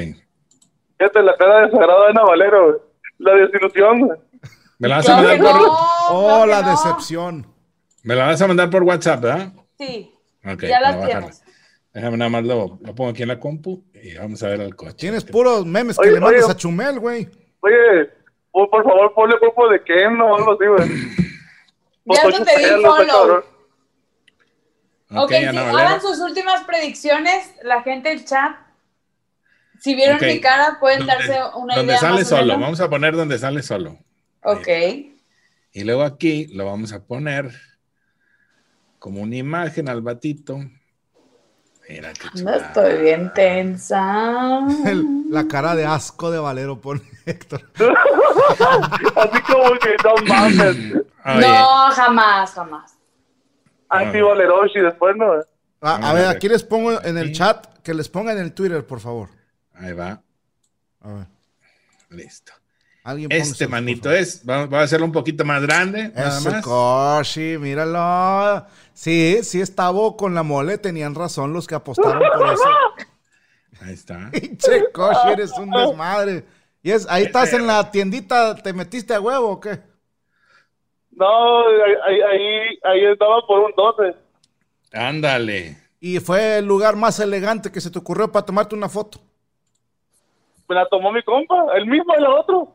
Speaker 6: Fíjate la cara desagrada de Ana Valero, güey. La desilusión, güey.
Speaker 3: Ah, Me la vas a
Speaker 5: Claro que
Speaker 3: mandar
Speaker 5: no,
Speaker 3: por,
Speaker 4: Oh,
Speaker 5: claro que
Speaker 4: la
Speaker 5: no.
Speaker 4: decepción.
Speaker 3: me la vas a mandar por WhatsApp, ¿verdad?
Speaker 5: Sí,
Speaker 3: Ok,
Speaker 5: ya
Speaker 3: para
Speaker 5: las
Speaker 3: bajarla.
Speaker 5: tienes.
Speaker 3: Déjame nada más lo, lo pongo aquí en la compu y vamos a ver al coche.
Speaker 4: Tienes puros memes que
Speaker 6: Oye,
Speaker 4: le mandas
Speaker 6: oye.
Speaker 4: a Chumel, güey.
Speaker 6: Oye, por, por favor, ponle cuerpo de Ken o algo así, güey.
Speaker 5: Ya
Speaker 6: Pues,
Speaker 5: no te di
Speaker 6: oye, está
Speaker 5: follow.
Speaker 6: cabrón.
Speaker 5: Ok,
Speaker 3: Ana
Speaker 5: sí,
Speaker 3: Valero.
Speaker 5: hagan sus últimas predicciones, la gente del chat. Si vieron
Speaker 3: Ok.
Speaker 5: mi cara, pueden
Speaker 3: Donde-
Speaker 5: darse una
Speaker 3: donde
Speaker 5: idea.
Speaker 3: sale
Speaker 5: más o
Speaker 3: solo,
Speaker 5: menos.
Speaker 3: vamos a poner donde sale solo.
Speaker 5: Ok.
Speaker 3: Y luego aquí lo vamos a poner como una imagen al batito. Mira, qué
Speaker 5: No
Speaker 3: chulada.
Speaker 5: estoy bien tensa.
Speaker 4: El- la cara de asco de Valero pone Héctor.
Speaker 6: Así como que no mames.
Speaker 4: Ah,
Speaker 3: Oye,
Speaker 5: No, jamás, jamás.
Speaker 6: Anti-Valeroshi después, ¿no?
Speaker 4: Ah, a
Speaker 3: Ah,
Speaker 4: ver,
Speaker 3: mira.
Speaker 4: aquí les pongo en el
Speaker 3: Sí.
Speaker 4: chat, que les ponga en el Twitter, por favor.
Speaker 3: Ahí va,
Speaker 4: A ver.
Speaker 3: listo.
Speaker 4: Alguien
Speaker 3: Este manito es, vamos va a hacerlo un poquito más grande, nada
Speaker 4: Ese
Speaker 3: más.
Speaker 4: Koshi, míralo. Sí, sí estaba con la mole, tenían razón los que apostaron por eso.
Speaker 3: Ahí está.
Speaker 4: Pinche Koshi, eres un desmadre. Y es, ahí estás en la tiendita, ¿te metiste a huevo o qué?
Speaker 6: No, ahí, ahí, ahí estaba por un eh. 12.
Speaker 3: Ándale.
Speaker 4: Y fue el lugar más elegante que se te ocurrió para tomarte una foto.
Speaker 6: Me la tomó mi compa, el mismo y el otro.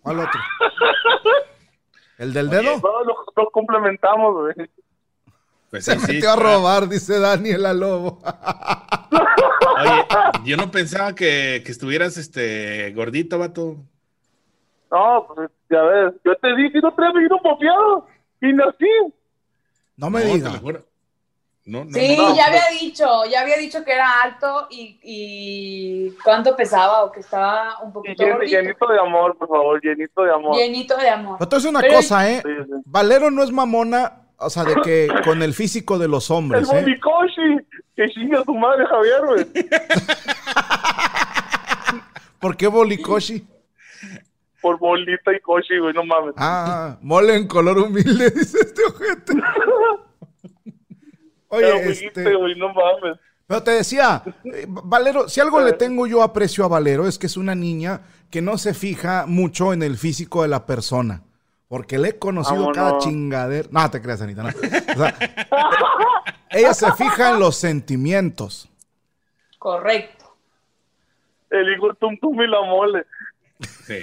Speaker 4: ¿Cuál otro? ¿El del dedo?
Speaker 6: No, nos, nos complementamos, güey.
Speaker 3: Pues
Speaker 4: Se
Speaker 3: sí, sí,
Speaker 4: metió a
Speaker 3: está.
Speaker 4: robar, dice Daniela Lobo.
Speaker 3: Oye, yo no pensaba que, que estuvieras este gordito, vato.
Speaker 6: No, pues ya ves, yo te dije, no tres vino popeado. Y nací.
Speaker 4: No me
Speaker 3: No, pues, te
Speaker 4: digas.
Speaker 3: lo juro. No, no,
Speaker 5: Sí,
Speaker 3: no.
Speaker 5: ya había dicho, ya había dicho que era alto y, y cuánto pesaba o que estaba un
Speaker 6: Y
Speaker 5: poquito
Speaker 6: llen-
Speaker 5: gordito.
Speaker 6: llenito de amor, por favor, llenito de amor.
Speaker 5: Llenito de amor.
Speaker 4: Pero te voy a decir una
Speaker 5: Pero-
Speaker 4: cosa, ¿eh?
Speaker 6: Sí, sí.
Speaker 4: Valero no es mamona, o sea, de que con el físico de los
Speaker 6: El
Speaker 4: hombres, ¿eh?
Speaker 6: Bobicoshi, que chinga su madre, Javier, güey.
Speaker 4: ¿Por qué Bolicoshi?
Speaker 6: Por bolita y coshi, güey, no mames.
Speaker 4: Ah, mole en color humilde, dice este ojete.
Speaker 6: Pero,
Speaker 4: Oye,
Speaker 6: güey,
Speaker 4: este...
Speaker 6: dijiste, güey, no mames.
Speaker 4: Pero te decía, eh, Valero, si algo le tengo yo aprecio a Valero es que es una niña que no se fija mucho en el físico de la persona. Porque le he conocido
Speaker 6: Vámonos.
Speaker 4: cada chingadera. No, te creas, Anita. no. O sea, ella se fija en los sentimientos.
Speaker 5: Correcto.
Speaker 6: El hijo Tum Tum y la mole.
Speaker 3: Sí.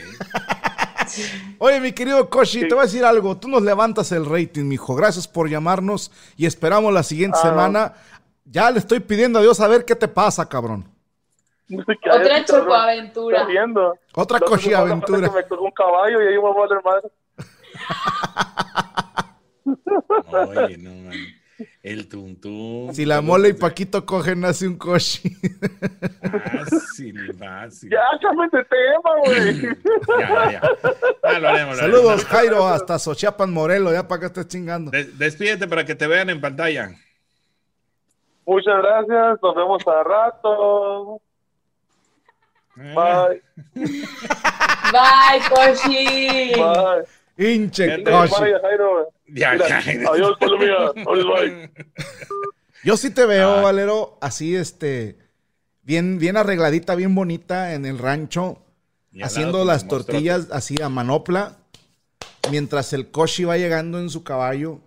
Speaker 4: Oye, mi querido Koshi,
Speaker 6: Sí.
Speaker 4: te voy a decir algo. Tú nos levantas el rating, mijo. Gracias por llamarnos y esperamos la siguiente
Speaker 6: Ah.
Speaker 4: semana. Ya le estoy pidiendo a Dios a ver qué te pasa, cabrón.
Speaker 5: Otra chocoaventura.
Speaker 6: viendo.
Speaker 4: Otra coshi aventura.
Speaker 6: Me tocó un caballo y ahí voy a valer madre.
Speaker 3: Oye, no, man. El tuntún.
Speaker 4: Si la mole y Paquito cogen, hace un Koshi.
Speaker 3: Fácil, fácil.
Speaker 6: Ya, cámbiate de tema, güey.
Speaker 3: ya, ya. Ya lo haremos, lo haremos.
Speaker 4: Saludos, Jairo, hasta Sochiapan Morelo, ya para que estés chingando.
Speaker 3: Des- despídete para que te vean en pantalla.
Speaker 6: Muchas gracias, nos vemos a rato. Bye,
Speaker 5: Bye, Koshi.
Speaker 6: bye.
Speaker 4: Hinche
Speaker 3: Gente,
Speaker 4: Koshi.
Speaker 6: Bye, Jairo. güey.
Speaker 3: Ya,
Speaker 6: Mira,
Speaker 3: Jairo.
Speaker 6: Adiós, Colombia. Adiós, bye.
Speaker 4: Yo sí te veo,
Speaker 3: Ah.
Speaker 4: Valero, así este, bien, bien arregladita, bien bonita en el rancho,
Speaker 3: Y al
Speaker 4: haciendo
Speaker 3: lado pues,
Speaker 4: las
Speaker 3: como monstruote.
Speaker 4: tortillas así a manopla, mientras el Koshi va llegando en su caballo,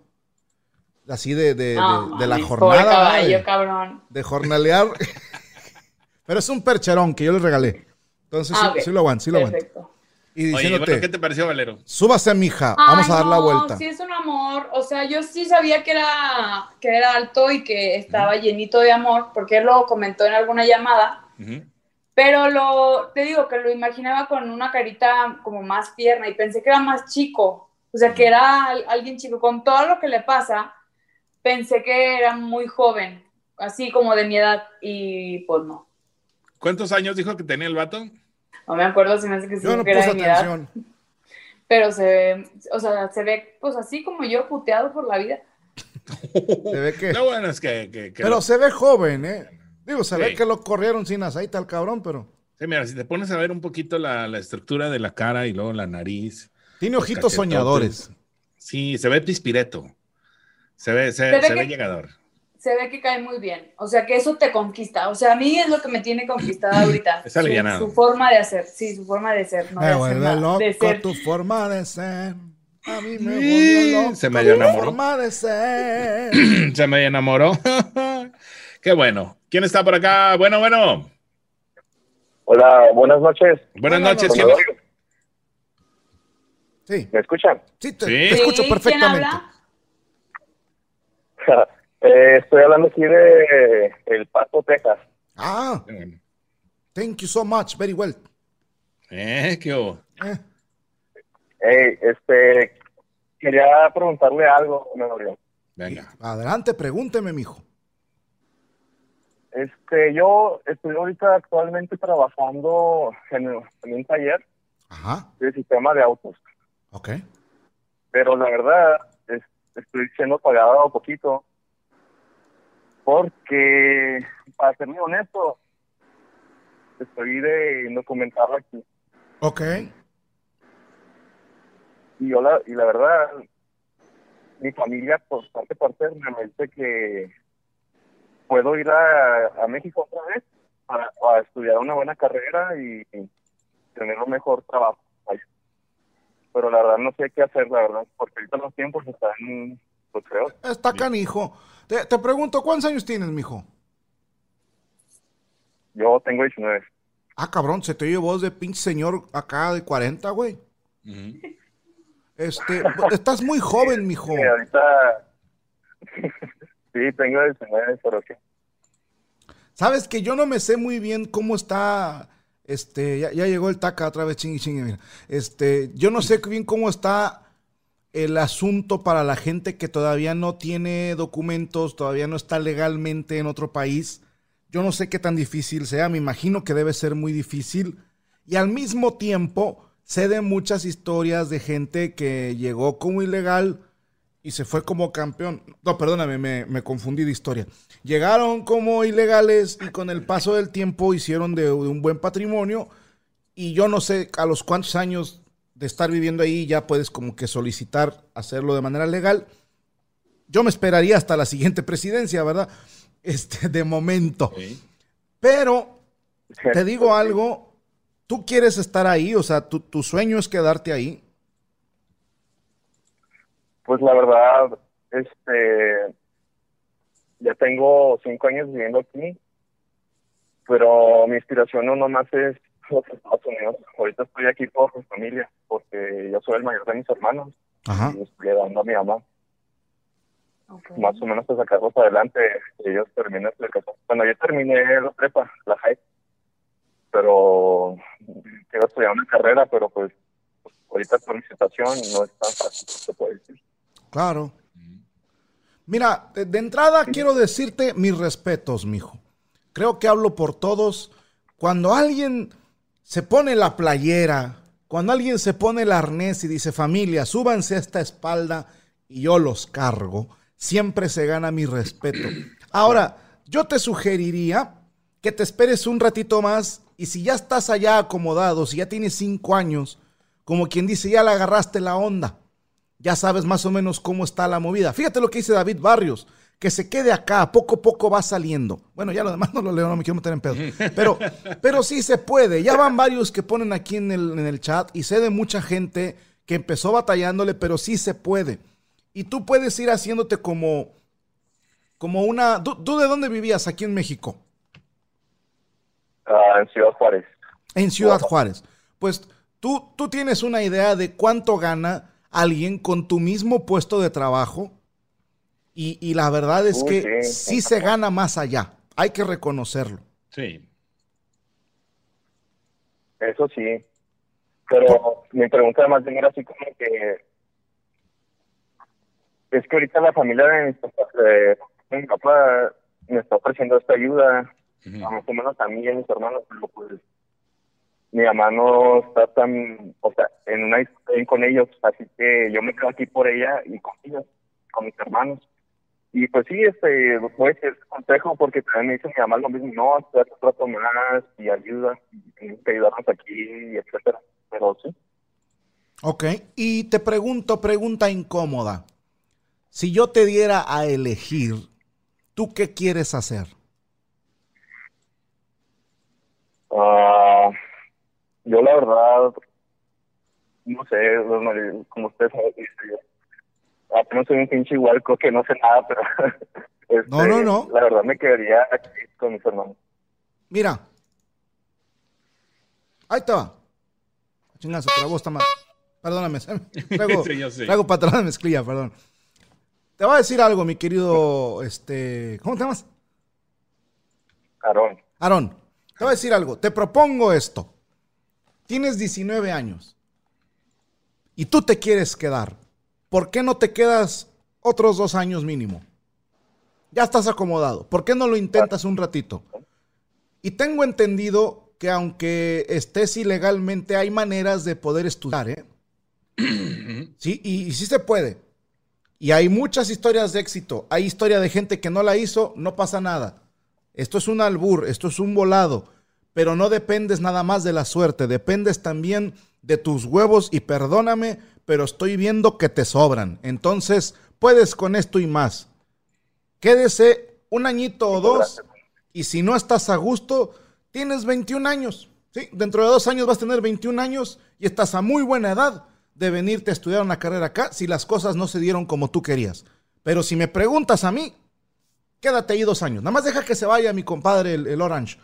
Speaker 4: así de, de- de-
Speaker 5: No,
Speaker 4: de la
Speaker 5: mames,
Speaker 4: jornada.
Speaker 5: Ah, Pobre
Speaker 4: ¿verdad?
Speaker 5: caballo,
Speaker 4: De,
Speaker 5: cabrón.
Speaker 4: de jornalear. Pero es un percherón que yo le regalé. Entonces sí,
Speaker 5: Ah, ok.
Speaker 4: sí lo aguanto, sí lo aguanto.
Speaker 5: Perfecto.
Speaker 4: Y
Speaker 3: Oye,
Speaker 4: diciéndote,
Speaker 3: bueno, ¿qué te pareció, Valero?
Speaker 4: súbase, mija, vamos
Speaker 5: Ay,
Speaker 4: a dar la
Speaker 5: no,
Speaker 4: vuelta.
Speaker 5: Sí, es un amor. O sea, yo sí sabía que era, que era alto y que estaba llenito de amor, porque él lo comentó en alguna llamada.
Speaker 3: Ujú.
Speaker 5: Pero lo, te digo que lo imaginaba con una carita como más tierna y pensé que era más chico. O sea, que era al- alguien chico. Con todo lo que le pasa, pensé que era muy joven, así como de mi edad. Y pues no.
Speaker 3: ¿Cuántos años dijo que tenía el vato?
Speaker 5: No me acuerdo si me hace que sí
Speaker 4: Yo no
Speaker 5: que
Speaker 4: puse
Speaker 5: era de mi edad.
Speaker 4: atención.
Speaker 5: Pero se ve, o sea, se ve pues así como yo puteado por la vida.
Speaker 4: Se ve que-
Speaker 3: No, bueno, es que. que- que-
Speaker 4: Pero se ve joven, ¿eh? Digo, se ve
Speaker 3: Sí.
Speaker 4: que lo corrieron sin aceite al cabrón, pero
Speaker 3: Sí, mira, si te pones a ver un poquito la, la estructura de la cara y luego la nariz.
Speaker 4: tiene
Speaker 3: Los
Speaker 4: ojitos
Speaker 3: cachetotes.
Speaker 4: soñadores.
Speaker 3: Sí, se ve pispireto. Se ve, se,
Speaker 5: Se ve
Speaker 3: se ve
Speaker 5: que-
Speaker 3: llegador.
Speaker 5: se ve que cae muy bien. O sea, que eso te conquista. O sea, a mí es lo que me tiene conquistada ahorita.
Speaker 3: Es
Speaker 5: Su-
Speaker 3: alivianado.
Speaker 5: Su, forma de hacer, sí, su forma de ser. No de,
Speaker 4: me
Speaker 5: hacer
Speaker 4: vuelve
Speaker 5: nada,
Speaker 4: Eh, loco
Speaker 5: de ser.
Speaker 4: tu forma de ser. A mí me
Speaker 3: Sí,
Speaker 4: volvió loco
Speaker 3: se me dio
Speaker 4: tu
Speaker 3: enamoró.
Speaker 4: forma de ser.
Speaker 3: Se me enamoró. Qué bueno. ¿Quién está por acá? Bueno, bueno.
Speaker 7: Hola, buenas noches.
Speaker 4: Bueno,
Speaker 3: Buenas noches.
Speaker 4: no,
Speaker 3: ¿quién-
Speaker 4: no, Sí,
Speaker 7: ¿Me escuchan?
Speaker 4: sí, te,
Speaker 3: Sí.
Speaker 4: te
Speaker 5: Sí,
Speaker 4: escucho
Speaker 5: ¿Quién
Speaker 4: perfectamente.
Speaker 5: habla?
Speaker 7: Eh, estoy hablando aquí de El Paso, Texas.
Speaker 4: Ah,
Speaker 3: Qué bueno.
Speaker 4: thank you so much, very well.
Speaker 3: Eh, qué hubo.
Speaker 4: Eh,
Speaker 7: Hey, este, quería preguntarle algo, me dolió.
Speaker 3: Venga.
Speaker 4: adelante, pregúnteme, mijo.
Speaker 7: Este, yo estoy ahorita actualmente trabajando en, en un taller
Speaker 4: Ajá,
Speaker 7: de sistema de autos,
Speaker 4: ok.
Speaker 7: pero la verdad es- estoy siendo pagado poquito porque, para ser muy honesto, estoy de indocumentado aquí.
Speaker 4: Ok.
Speaker 7: y yo la, y la verdad mi familia por parte paterna me dice que puedo ir a, a México otra vez para, a estudiar una buena carrera y, y tener un mejor trabajo allá. pero la verdad no sé qué hacer la verdad porque ahorita los tiempos están pues, feos
Speaker 4: Está canijo. Te, te pregunto, ¿cuántos años tienes, mijo?
Speaker 7: yo tengo 19
Speaker 4: Ah, cabrón, se te oye voz de pinche señor acá de 40, güey.
Speaker 3: Ujú.
Speaker 4: Este, estás muy joven, mijo.
Speaker 7: y ahorita sí tengo 19 pero sí
Speaker 4: Sabes que yo no me sé muy bien cómo está. Este, ya, ya llegó el taca otra vez, chingue, chingue, mira. Este, yo no sé bien cómo está el asunto para la gente que todavía no tiene documentos, todavía no está legalmente en otro país. Yo no sé qué tan difícil sea, me imagino que debe ser muy difícil. Y al mismo tiempo, sé de muchas historias de gente que llegó como ilegal y se fue como campeón. No, perdóname, me, me confundí de historia. Llegaron como ilegales y con el paso del tiempo hicieron de, de un buen patrimonio y yo no sé a los cuántos años de estar viviendo ahí ya puedes como que solicitar hacerlo de manera legal. Yo me esperaría hasta la siguiente presidencia, ¿verdad? Este, de momento.
Speaker 3: Sí.
Speaker 4: Pero te digo algo, tú quieres estar ahí, o sea, tu, tu sueño es quedarte ahí.
Speaker 7: Pues la verdad, este, ya tengo cinco años viviendo aquí, pero mi inspiración no nomás es los Estados Unidos. Ahorita estoy aquí por mi familia, porque yo soy el mayor de mis hermanos
Speaker 4: Ajá.
Speaker 7: y estoy dando a mi mamá, más o menos para sacarlos adelante. Ellos terminan la prepa. Bueno, yo terminé la prepa, la high, pero quiero estudiar una carrera, pero pues ahorita por mi situación no es tan fácil, se puede decir.
Speaker 4: Claro. Mira, de, de entrada quiero decirte mis respetos, mijo. Creo que hablo por todos. Cuando alguien se pone la playera, cuando alguien se pone el arnés y dice, familia, súbanse a esta espalda y yo los cargo, siempre se gana mi respeto. Ahora, yo te sugeriría que te esperes un ratito más y si ya estás allá acomodado, si ya tienes cinco años, como quien dice, ya le agarraste la onda ya sabes más o menos cómo está la movida. Fíjate lo que dice David Barrios, que se quede acá, poco a poco va saliendo. Bueno, ya lo demás no lo leo, no me quiero meter en pedo. Pero, pero sí se puede. Ya van varios que ponen aquí en el, en el chat y sé de mucha gente que empezó batallándole, pero sí se puede. Y tú puedes ir haciéndote como, como una... ¿Tú, tú de dónde vivías aquí en México?
Speaker 7: Ah, en Ciudad Juárez.
Speaker 4: En Ciudad
Speaker 7: Ojo.
Speaker 4: Juárez. Pues tú, tú tienes una idea de cuánto gana alguien con tu mismo puesto de trabajo. Y, y la verdad es
Speaker 7: Uy,
Speaker 4: que
Speaker 7: sí.
Speaker 4: sí se gana más allá. Hay que reconocerlo.
Speaker 3: Sí.
Speaker 7: Eso sí. Pero mi pregunta más bien era así como que... Es que ahorita la familia de mis papás, de mi papá me está ofreciendo esta ayuda,
Speaker 3: Ujú.
Speaker 7: a más o menos a mí y a mis hermanos, pero pues mi mamá no está tan, o sea, en una discusión con ellos, así que yo me quedo aquí por ella y con ellos, con mis hermanos. Y pues sí, este, voy a decir este consejo porque también me dice mi mamá lo mismo, no, espérate un rato más y ayuda, y tienes que ayudarnos aquí, etcétera. Pero sí,
Speaker 4: Ok. Y te pregunto, pregunta incómoda. Si yo te diera a elegir, ¿tú qué quieres hacer?
Speaker 7: Ah, yo la verdad, no sé, don Mario, como ustedes saben, este, apenas soy un pinche igual, creo que no sé nada, pero este,
Speaker 4: No, no, no.
Speaker 7: la verdad me quedaría aquí con mis hermanos.
Speaker 4: Mira. Ahí te va. Chingazo, pero vos está mal. Perdóname. se me- Traigo,
Speaker 3: Sí, yo sé.
Speaker 4: traigo para atrás la mezclilla, perdón. Te voy a decir algo, mi querido, este, ¿cómo te llamas?
Speaker 7: Aarón,
Speaker 4: Aarón, te voy a decir algo. Te propongo esto. Tienes 19 años y tú te quieres quedar. ¿Por qué no te quedas otros dos años mínimo? Ya estás acomodado. ¿Por qué no lo intentas un ratito? Y tengo entendido que aunque estés ilegalmente, hay maneras de poder estudiar, ¿eh? Sí, y, y sí se puede. Y hay muchas historias de éxito. Hay historia de gente que no la hizo, no pasa nada. Esto es un albur, esto es un volado. Pero no dependes nada más de la suerte, dependes también de tus huevos y perdóname, pero estoy viendo que te sobran. Entonces, puedes con esto y más. Quédese un añito o dos y si no estás a gusto, tienes 21 años. ¿sí? Dentro de dos años vas a tener 21 años y estás a muy buena edad de venirte a estudiar una carrera acá si las cosas no se dieron como tú querías. Pero si me preguntas a mí, quédate ahí dos años. Nada más deja que se vaya mi compadre el, el Orange.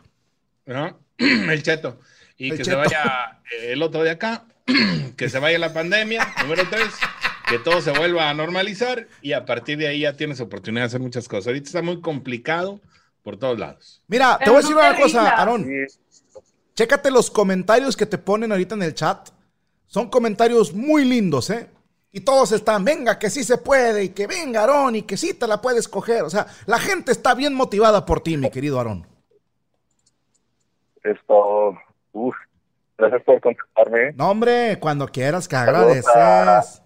Speaker 3: ¿no? El cheto. Y
Speaker 4: El
Speaker 3: que
Speaker 4: Cheto.
Speaker 3: se vaya eh, el otro de acá, que se vaya la pandemia, número tres, que todo se vuelva a normalizar y a partir de ahí ya tienes oportunidad de hacer muchas cosas. Ahorita está muy complicado por todos lados.
Speaker 4: Mira, te
Speaker 5: Pero
Speaker 4: voy a
Speaker 5: no
Speaker 4: decir
Speaker 5: te
Speaker 4: una cosa,
Speaker 5: rindas.
Speaker 4: Aarón. Chécate los comentarios que te ponen ahorita en el chat. Son comentarios muy lindos, ¿eh? Y todos están, venga, que sí se puede, y que venga, Aarón, y que sí te la puedes coger. O sea, la gente está bien motivada por ti, mi querido Aarón.
Speaker 7: Esto, uf, gracias por contactarme. ¿eh?
Speaker 4: No, hombre, cuando quieras que
Speaker 7: Saludos a-
Speaker 4: agradeces.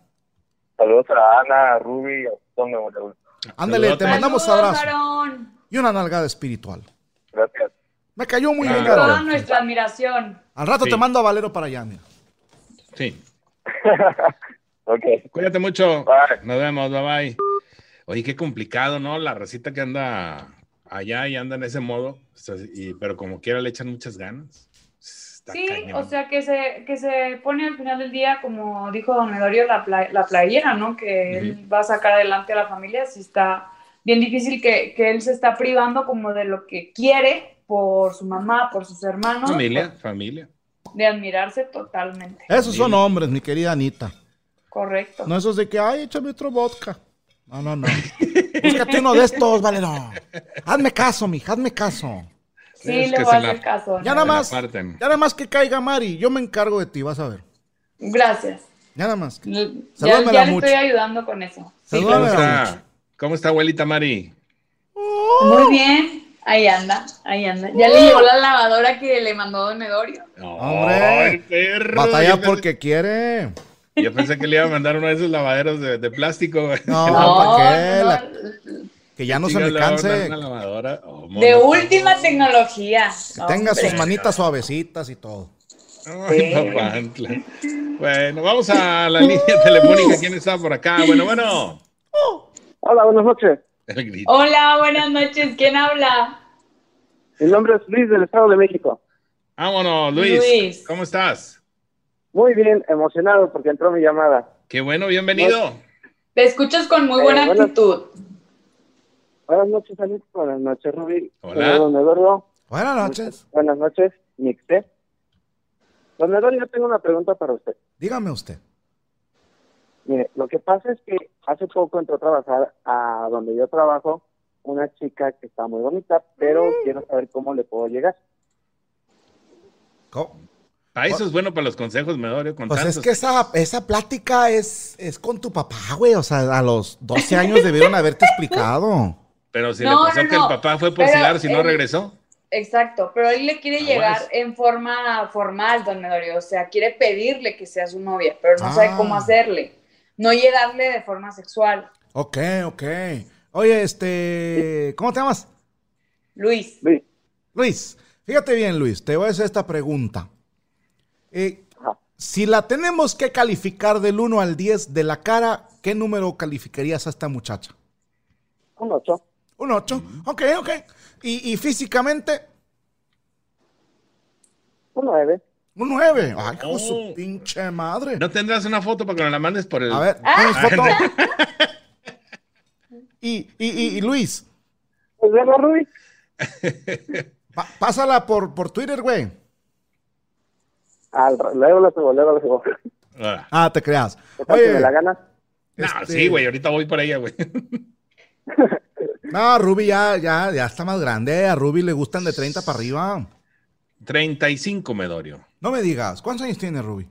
Speaker 7: Saludos a Ana, a Ruby, a todos los demás.
Speaker 4: Ándale, te
Speaker 3: Saludotes.
Speaker 4: mandamos
Speaker 5: Saludos,
Speaker 4: abrazo
Speaker 5: Aarón.
Speaker 4: y una nalgada espiritual.
Speaker 7: Gracias.
Speaker 4: Me cayó muy bien,
Speaker 3: Claro.
Speaker 5: Toda
Speaker 4: Aarón.
Speaker 5: nuestra admiración.
Speaker 4: Al rato
Speaker 3: Sí.
Speaker 4: te mando a Valero para allá, mira.
Speaker 3: Sí.
Speaker 7: Ok.
Speaker 3: Cuídate mucho.
Speaker 7: Bye.
Speaker 3: Nos vemos, bye bye. Oye, qué complicado, ¿no? La recita que anda allá y anda en ese modo, o sea, y- pero como quiera le echan muchas ganas. Está
Speaker 5: Sí,
Speaker 3: cañón.
Speaker 5: o sea, que se, que se pone al final del día, como dijo don Edorio, la, pla- la playera, ¿no? Que él va a sacar adelante a la familia, si está bien difícil que, que él se está privando como de lo que quiere por su mamá, por sus hermanos,
Speaker 3: Familia, familia.
Speaker 5: de admirarse totalmente,
Speaker 4: Esos son
Speaker 3: Sí.
Speaker 4: hombres, mi querida Anita.
Speaker 5: correcto.
Speaker 4: No esos de que, ay, échame otro vodka. No, no, no. Búscate uno de estos, Valero. Hazme caso, mija, hazme caso.
Speaker 5: sí,
Speaker 3: es
Speaker 5: le
Speaker 3: que
Speaker 5: voy a
Speaker 3: se la-
Speaker 5: hacer caso.
Speaker 4: Ya
Speaker 5: ¿no?
Speaker 4: nada más.
Speaker 3: Se la parten.
Speaker 4: Ya nada más que caiga Mari. Yo me encargo de ti, vas a ver.
Speaker 5: Gracias.
Speaker 4: Ya nada más.
Speaker 5: Ya,
Speaker 4: Salúdamela
Speaker 5: ya le
Speaker 4: mucho.
Speaker 5: estoy ayudando con eso. Sí,
Speaker 4: Salúdame.
Speaker 3: ¿Cómo
Speaker 4: Salúdamela
Speaker 3: está? ¿Cómo está, abuelita Mari?
Speaker 4: ¡Oh!
Speaker 5: muy bien. Ahí anda, ahí anda. Ya le llegó la lavadora que le mandó don Edorio.
Speaker 4: Hombre,
Speaker 3: ¡Ay, perro!
Speaker 4: Batalla
Speaker 3: Yo pensé-
Speaker 4: porque quiere.
Speaker 3: Yo pensé que le iba a mandar uno de esos lavaderos de, de plástico. güey.
Speaker 4: No,
Speaker 5: No,
Speaker 4: Ah, ¿para qué?
Speaker 5: no,
Speaker 4: La- que ya no se me
Speaker 3: Chingado, le va a mandar
Speaker 4: canse.
Speaker 3: una lavadora. Oh, mono.
Speaker 5: De última tecnología.
Speaker 4: Que tenga sus
Speaker 5: Hombre.
Speaker 4: manitas suavecitas y todo.
Speaker 3: Ay, papantla. Bueno, vamos a la línea telefónica. ¿Quién está por acá? Bueno, bueno.
Speaker 6: Hola, buenas noches.
Speaker 3: El grito.
Speaker 5: Hola, buenas noches. ¿Quién habla?
Speaker 6: Mi nombre es Luis del Estado de México.
Speaker 3: Vámonos, Luis.
Speaker 5: Luis.
Speaker 3: ¿Cómo estás?
Speaker 6: Muy bien, emocionado porque entró mi llamada.
Speaker 3: Qué bueno, bienvenido.
Speaker 5: Te escuchas con muy
Speaker 6: Eh,
Speaker 5: buena
Speaker 6: buenas-
Speaker 5: actitud.
Speaker 6: Buenas noches, Anita. Buenas noches, Ruby.
Speaker 3: Hola.
Speaker 6: Don Eduardo.
Speaker 4: Buenas noches.
Speaker 6: Buenas noches, Mixe. Don Eduardo, yo tengo una pregunta para usted.
Speaker 4: Dígame usted.
Speaker 6: Mire, lo que pasa es que hace poco entró a trabajar a donde yo trabajo una chica que está muy bonita,
Speaker 4: Mm.
Speaker 6: pero quiero saber cómo le puedo llegar.
Speaker 4: ¿Cómo?
Speaker 3: Ah, eso es bueno para los consejos, me doy con
Speaker 4: Pues es
Speaker 3: tantos.
Speaker 4: que esa, esa plática es, es con tu papá, güey. O sea, a los 12 años debieron haberte explicado.
Speaker 3: Pero si
Speaker 5: No,
Speaker 3: le pasó
Speaker 5: no,
Speaker 3: que el
Speaker 5: no.
Speaker 3: papá fue por
Speaker 5: Pero,
Speaker 3: cigarros y no
Speaker 5: eh,
Speaker 3: regresó.
Speaker 5: Exacto, pero él le quiere
Speaker 3: Ah,
Speaker 5: llegar
Speaker 3: bueno.
Speaker 5: en forma formal, don Edorio. O sea, quiere pedirle que sea su novia, pero no
Speaker 4: Ah.
Speaker 5: sabe cómo hacerle. No llegarle de forma sexual.
Speaker 4: Ok, ok. Oye, este, ¿cómo te llamas?
Speaker 5: Luis,
Speaker 6: Luis,
Speaker 4: Luis, fíjate bien, Luis, te voy a hacer esta pregunta. Eh,
Speaker 6: Ajá.
Speaker 4: si la tenemos que calificar del 1 al 10 de la cara, ¿qué número calificarías a esta muchacha?
Speaker 6: un ocho.
Speaker 4: Un 8. Ok, ok. Y, y físicamente,
Speaker 6: un nueve.
Speaker 4: un 9. Ay, hijo de
Speaker 3: Oh.
Speaker 4: su pinche madre.
Speaker 3: ¿No tendrás una foto para que nos la mandes por el.
Speaker 4: A ver, pones foto. Y, y, y- y Luis,
Speaker 6: Pues bueno, Ruby.
Speaker 4: pa- pásala por, por Twitter, güey.
Speaker 6: Al, luego lo subo, luego lo subo.
Speaker 3: Ah.
Speaker 4: Ah, te creas.
Speaker 6: Ojalá que me la ganas.
Speaker 3: No,
Speaker 4: este-
Speaker 3: sí, güey, ahorita voy por ella, güey.
Speaker 4: No, Ruby ya, ya, ya está más grande. A Ruby le gustan de 30 para arriba.
Speaker 3: 35, Medorio.
Speaker 4: No me digas, ¿cuántos años tiene Ruby?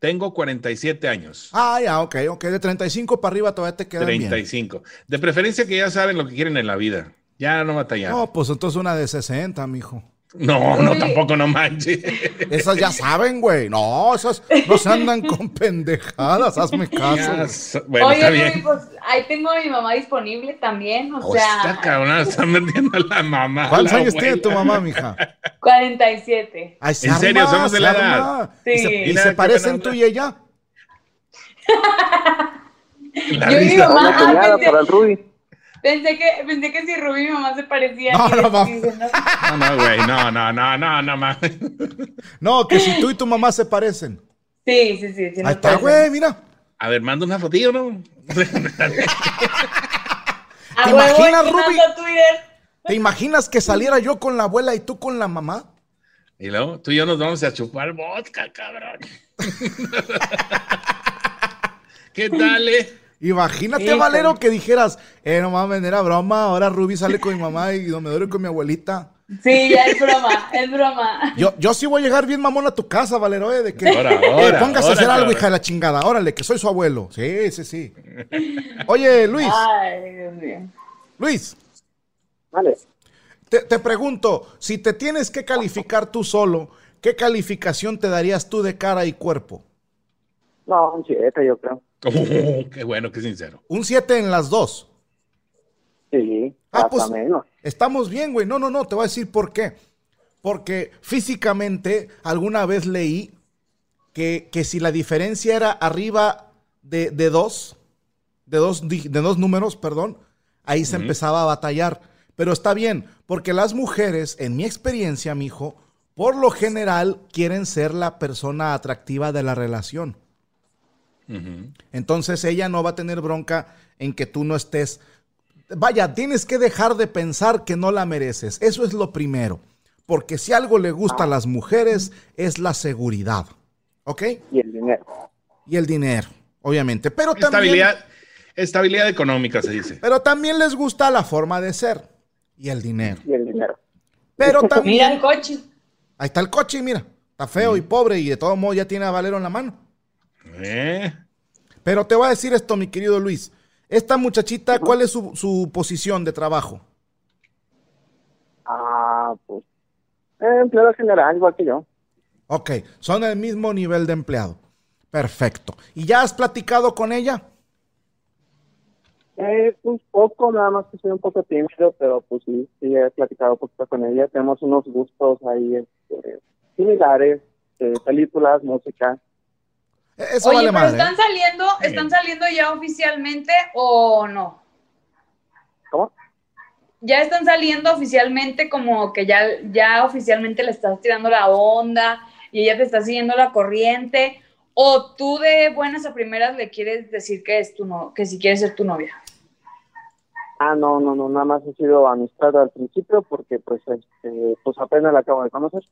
Speaker 3: Tengo 47 años.
Speaker 4: Ah, ya, ok, ok. De 35 para arriba todavía te quedan bien.
Speaker 3: 35. De preferencia que ya saben lo que quieren en la vida. Ya no batallar.
Speaker 4: No, pues entonces una de 60, mijo.
Speaker 3: No, no,
Speaker 5: Uy.
Speaker 3: tampoco no manches.
Speaker 4: Esas ya saben, güey. No, esas no se andan con pendejadas, hazme caso.
Speaker 3: Ya
Speaker 4: güey.
Speaker 3: sa- bueno,
Speaker 5: Oye,
Speaker 3: está
Speaker 5: Rui,
Speaker 3: bien. Pues,
Speaker 5: pues ahí tengo a mi mamá disponible también, o
Speaker 3: O
Speaker 5: sea,
Speaker 3: esta cabrona está metiendo a la mamá. a
Speaker 4: ¿Cuántos
Speaker 3: la
Speaker 4: años tiene
Speaker 3: abuela.
Speaker 4: tu mamá, mija?
Speaker 5: 47.
Speaker 4: Ay, se
Speaker 3: En serio,
Speaker 4: arma,
Speaker 3: somos de
Speaker 4: se
Speaker 3: la
Speaker 4: arma.
Speaker 5: edad.
Speaker 4: ¿Y
Speaker 5: Sí.
Speaker 4: se, y
Speaker 3: Mira,
Speaker 4: se
Speaker 3: qué
Speaker 4: parecen
Speaker 3: pena
Speaker 4: tú y ella?
Speaker 3: La
Speaker 5: Yo
Speaker 3: risa.
Speaker 5: digo,
Speaker 7: Una
Speaker 5: Ah,
Speaker 7: cuñada
Speaker 5: pensé-
Speaker 7: para el Rudy.
Speaker 5: Pensé que, pensé que si Rubí y mi mamá se parecían. y
Speaker 4: No, no,
Speaker 5: les-
Speaker 4: mamá.
Speaker 5: dicen, no.
Speaker 3: No, no, güey, no, no, no, no, no más.
Speaker 4: No, que si tú y tu mamá se parecen.
Speaker 5: Sí, sí, sí. sí
Speaker 4: Ahí
Speaker 5: nos
Speaker 4: está,
Speaker 5: parecen.
Speaker 4: güey, mira.
Speaker 3: A ver, manda una fotillo, ¿no?
Speaker 5: A
Speaker 4: ¿Te
Speaker 5: huevo,
Speaker 4: imaginas,
Speaker 5: te
Speaker 4: Rubí?
Speaker 5: mando a Twitter.
Speaker 4: ¿Te imaginas que saliera yo con la abuela y tú con la mamá?
Speaker 3: Y luego tú y yo nos vamos a chupar vodka, cabrón. ¿Qué tal, eh?
Speaker 4: Imagínate,
Speaker 5: Híjole.
Speaker 4: Valero, que dijeras, eh, no mames, era broma, ahora Ruby sale con mi mamá y me duele con mi abuelita.
Speaker 5: Sí, ya es broma, es broma.
Speaker 4: Yo, yo sí voy a llegar bien mamón a tu casa, Valero, eh, de que
Speaker 3: Ahora,
Speaker 4: eh,
Speaker 3: ahora,
Speaker 4: póngase a
Speaker 3: ahora,
Speaker 4: hacer algo,
Speaker 3: cabrón.
Speaker 4: hija de la chingada. Órale, que soy su abuelo. Sí, sí, sí. Oye, Luis,
Speaker 5: Ay, Dios mío.
Speaker 4: Luis,
Speaker 7: Vale.
Speaker 4: te, te pregunto, si te tienes que calificar tú solo, ¿qué calificación te darías tú de cara y cuerpo?
Speaker 7: No, un siete, yo creo.
Speaker 3: Oh, qué bueno, qué sincero.
Speaker 4: Un 7 en las dos.
Speaker 7: Sí,
Speaker 4: Ah,
Speaker 7: hasta
Speaker 4: pues,
Speaker 7: menos.
Speaker 4: Estamos bien, güey. No, no, no, te voy a decir por qué. Porque físicamente alguna vez leí que, que si la diferencia era arriba de, de dos, de dos, di- de dos números, perdón, ahí se empezaba a batallar. Pero está bien, porque las mujeres, en mi experiencia, mijo, por lo general quieren ser la persona atractiva de la relación.
Speaker 3: Ujú.
Speaker 4: Entonces ella no va a tener bronca en que tú no estés. Vaya, tienes que dejar de pensar que no la mereces. Eso es lo primero. Porque si algo le gusta a las mujeres es la seguridad. ¿Ok?
Speaker 7: Y el dinero.
Speaker 4: Y el dinero, obviamente. Pero también,
Speaker 3: Estabilidad, estabilidad económica, se dice.
Speaker 4: pero también les gusta la forma de ser y el dinero.
Speaker 7: Y el dinero.
Speaker 4: Pero
Speaker 5: Mira el
Speaker 4: también...
Speaker 5: coche.
Speaker 4: Ahí está el coche, mira. Está feo y pobre y de todo modo ya tiene a Valero en la mano.
Speaker 3: ¿Eh?
Speaker 4: Pero te voy a decir esto, mi querido Luis. Esta muchachita, ¿cuál es su, su posición de trabajo?
Speaker 7: Ah, pues. eh, empleado general, igual que yo.
Speaker 4: Ok, son el mismo nivel de empleado. Perfecto. ¿Y ya has platicado con ella?
Speaker 7: Eh, un poco, nada más que soy un poco tímido, pero pues sí, sí he platicado un poquito con ella. Tenemos unos gustos ahí este, similares, eh, películas, música.
Speaker 4: E- Eso
Speaker 5: Oye,
Speaker 4: vale
Speaker 5: pero
Speaker 4: madre.
Speaker 5: están
Speaker 4: ¿eh?
Speaker 5: saliendo, están saliendo ya oficialmente o no?
Speaker 7: ¿Cómo?
Speaker 5: Ya están saliendo oficialmente como que ya, ya oficialmente le estás tirando la onda y ella te está siguiendo la corriente. O tú de buenas a primeras le quieres decir que es tu no, que si quieres ser tu novia.
Speaker 7: Ah, no, no, no, nada más he sido amistad al principio porque pues este, pues apenas la acabo de conocer.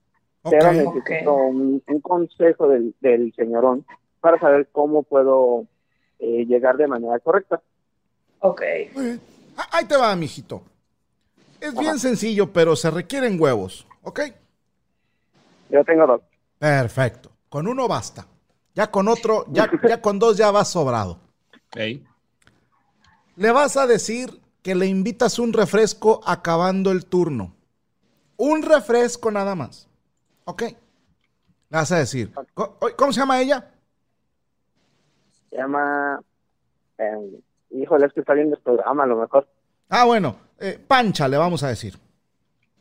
Speaker 4: Ok.
Speaker 7: Pero necesito un, un consejo del, del señorón para saber cómo puedo eh, llegar de manera correcta.
Speaker 5: Ok.
Speaker 4: Muy bien. Ah, Ahí te va, mijito. Es bien sencillo, pero se requieren huevos. ¿Ok?
Speaker 7: Yo tengo dos.
Speaker 4: Perfecto. Con uno basta. Ya con otro, ya, ya con dos ya vas sobrado.
Speaker 3: Ey.
Speaker 4: Le vas a decir que le invitas un refresco acabando el turno. Un refresco nada más. ¿Ok? Le vas a decir. co- oye, ¿Cómo se llama ella?
Speaker 7: Se llama... eh, híjole, es que está viendo el programa, a lo mejor.
Speaker 4: Ah, bueno, eh, Pancha le vamos a decir.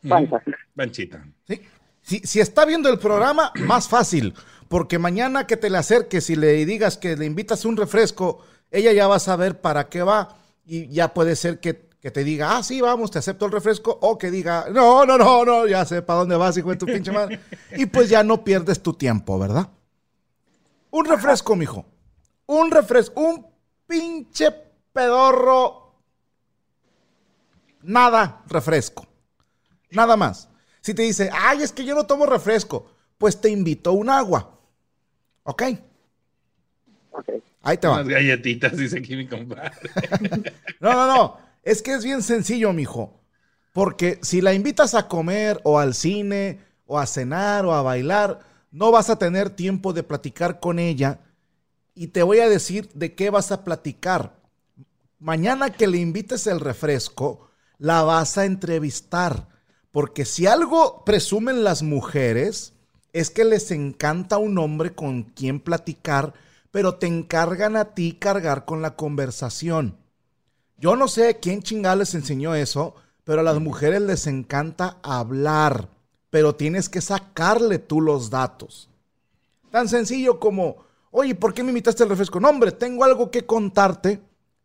Speaker 7: Panza.
Speaker 3: Panchita.
Speaker 4: ¿sí? Si, si está viendo el programa, más fácil, porque mañana que te le acerques y le digas que le invitas un refresco, ella ya va a saber para qué va y ya puede ser que, que te diga, ah, sí, vamos, te acepto el refresco, o que diga, no, no, no, no, ya sé para dónde vas, hijo de tu pinche madre. Y pues ya no pierdes tu tiempo, ¿verdad? Un refresco, mijo. Un refresco, un pinche pedorro. Nada, refresco. Nada más. Si te dice, ay, es que yo no tomo refresco, pues te invito un agua. ¿Ok?
Speaker 7: Ok.
Speaker 4: Ahí te va.
Speaker 3: Unas galletitas, dice aquí mi compadre.
Speaker 4: No, no, no. Es que es bien sencillo, mijo. Porque si la invitas a comer o al cine o a cenar o a bailar, no vas a tener tiempo de platicar con ella y te voy a decir de qué vas a platicar. Mañana que le invites el refresco, la vas a entrevistar. Porque si algo presumen las mujeres, es que les encanta un hombre con quien platicar, pero te encargan a ti cargar con la conversación. Yo no sé quién chingada les enseñó eso, pero a las mujeres les encanta hablar, pero tienes que sacarle tú los datos. Tan sencillo como, oye, ¿por qué me invitaste al refresco? No, hombre, tengo algo que contarte.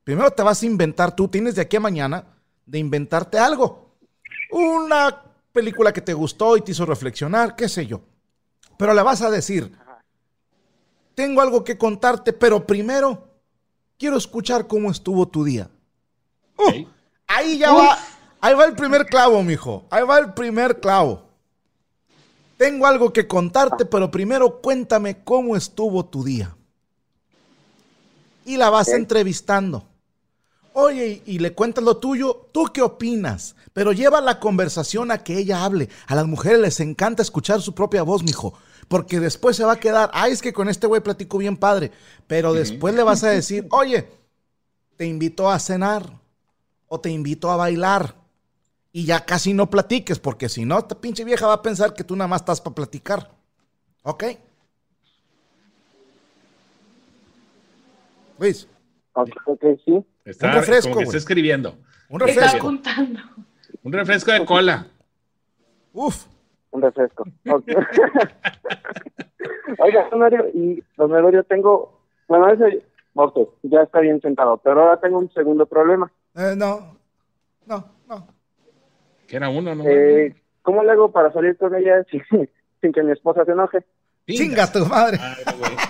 Speaker 4: Primero te vas a inventar tú, tienes de aquí a mañana de inventarte algo. Una película que te gustó y te hizo reflexionar, qué sé yo. Pero le vas a decir, tengo algo que contarte, pero primero quiero escuchar cómo estuvo tu día. Uh,
Speaker 3: Ok.
Speaker 4: Ahí ya va, ahí va el primer clavo, mijo. Ahí va el primer clavo. Tengo algo que contarte, pero primero cuéntame cómo estuvo tu día. Y la vas
Speaker 7: Ok.
Speaker 4: entrevistando. Oye, y, y le cuentas lo tuyo, ¿tú qué opinas? Pero lleva la conversación a que ella hable. A las mujeres les encanta escuchar su propia voz, mijo. Porque después se va a quedar, ay, es que con este güey platico bien padre. Pero después le vas a decir, oye, te invito a cenar o te invito a bailar. Y ya casi no platiques, porque si no, esta pinche vieja va a pensar que tú nada más estás para platicar. ¿Ok? Luis,
Speaker 7: Ok, ok, sí.
Speaker 3: Está
Speaker 4: Un refresco,
Speaker 3: como que
Speaker 4: güey.
Speaker 3: está escribiendo.
Speaker 4: un
Speaker 5: Está
Speaker 4: refresco.
Speaker 5: apuntando.
Speaker 3: Un refresco de cola.
Speaker 4: Uf.
Speaker 7: Un refresco. Ok. Oiga, don Mario, y don Medorio, tengo. Bueno, ese. Ok, ya está bien sentado, pero ahora tengo un segundo problema.
Speaker 4: Eh, no, no, no.
Speaker 3: Que era uno, ¿no?
Speaker 7: Eh, ¿Cómo le hago para salir con ella sin, sin que mi esposa se enoje?
Speaker 4: Chinga tu madre.
Speaker 3: Madre, güey.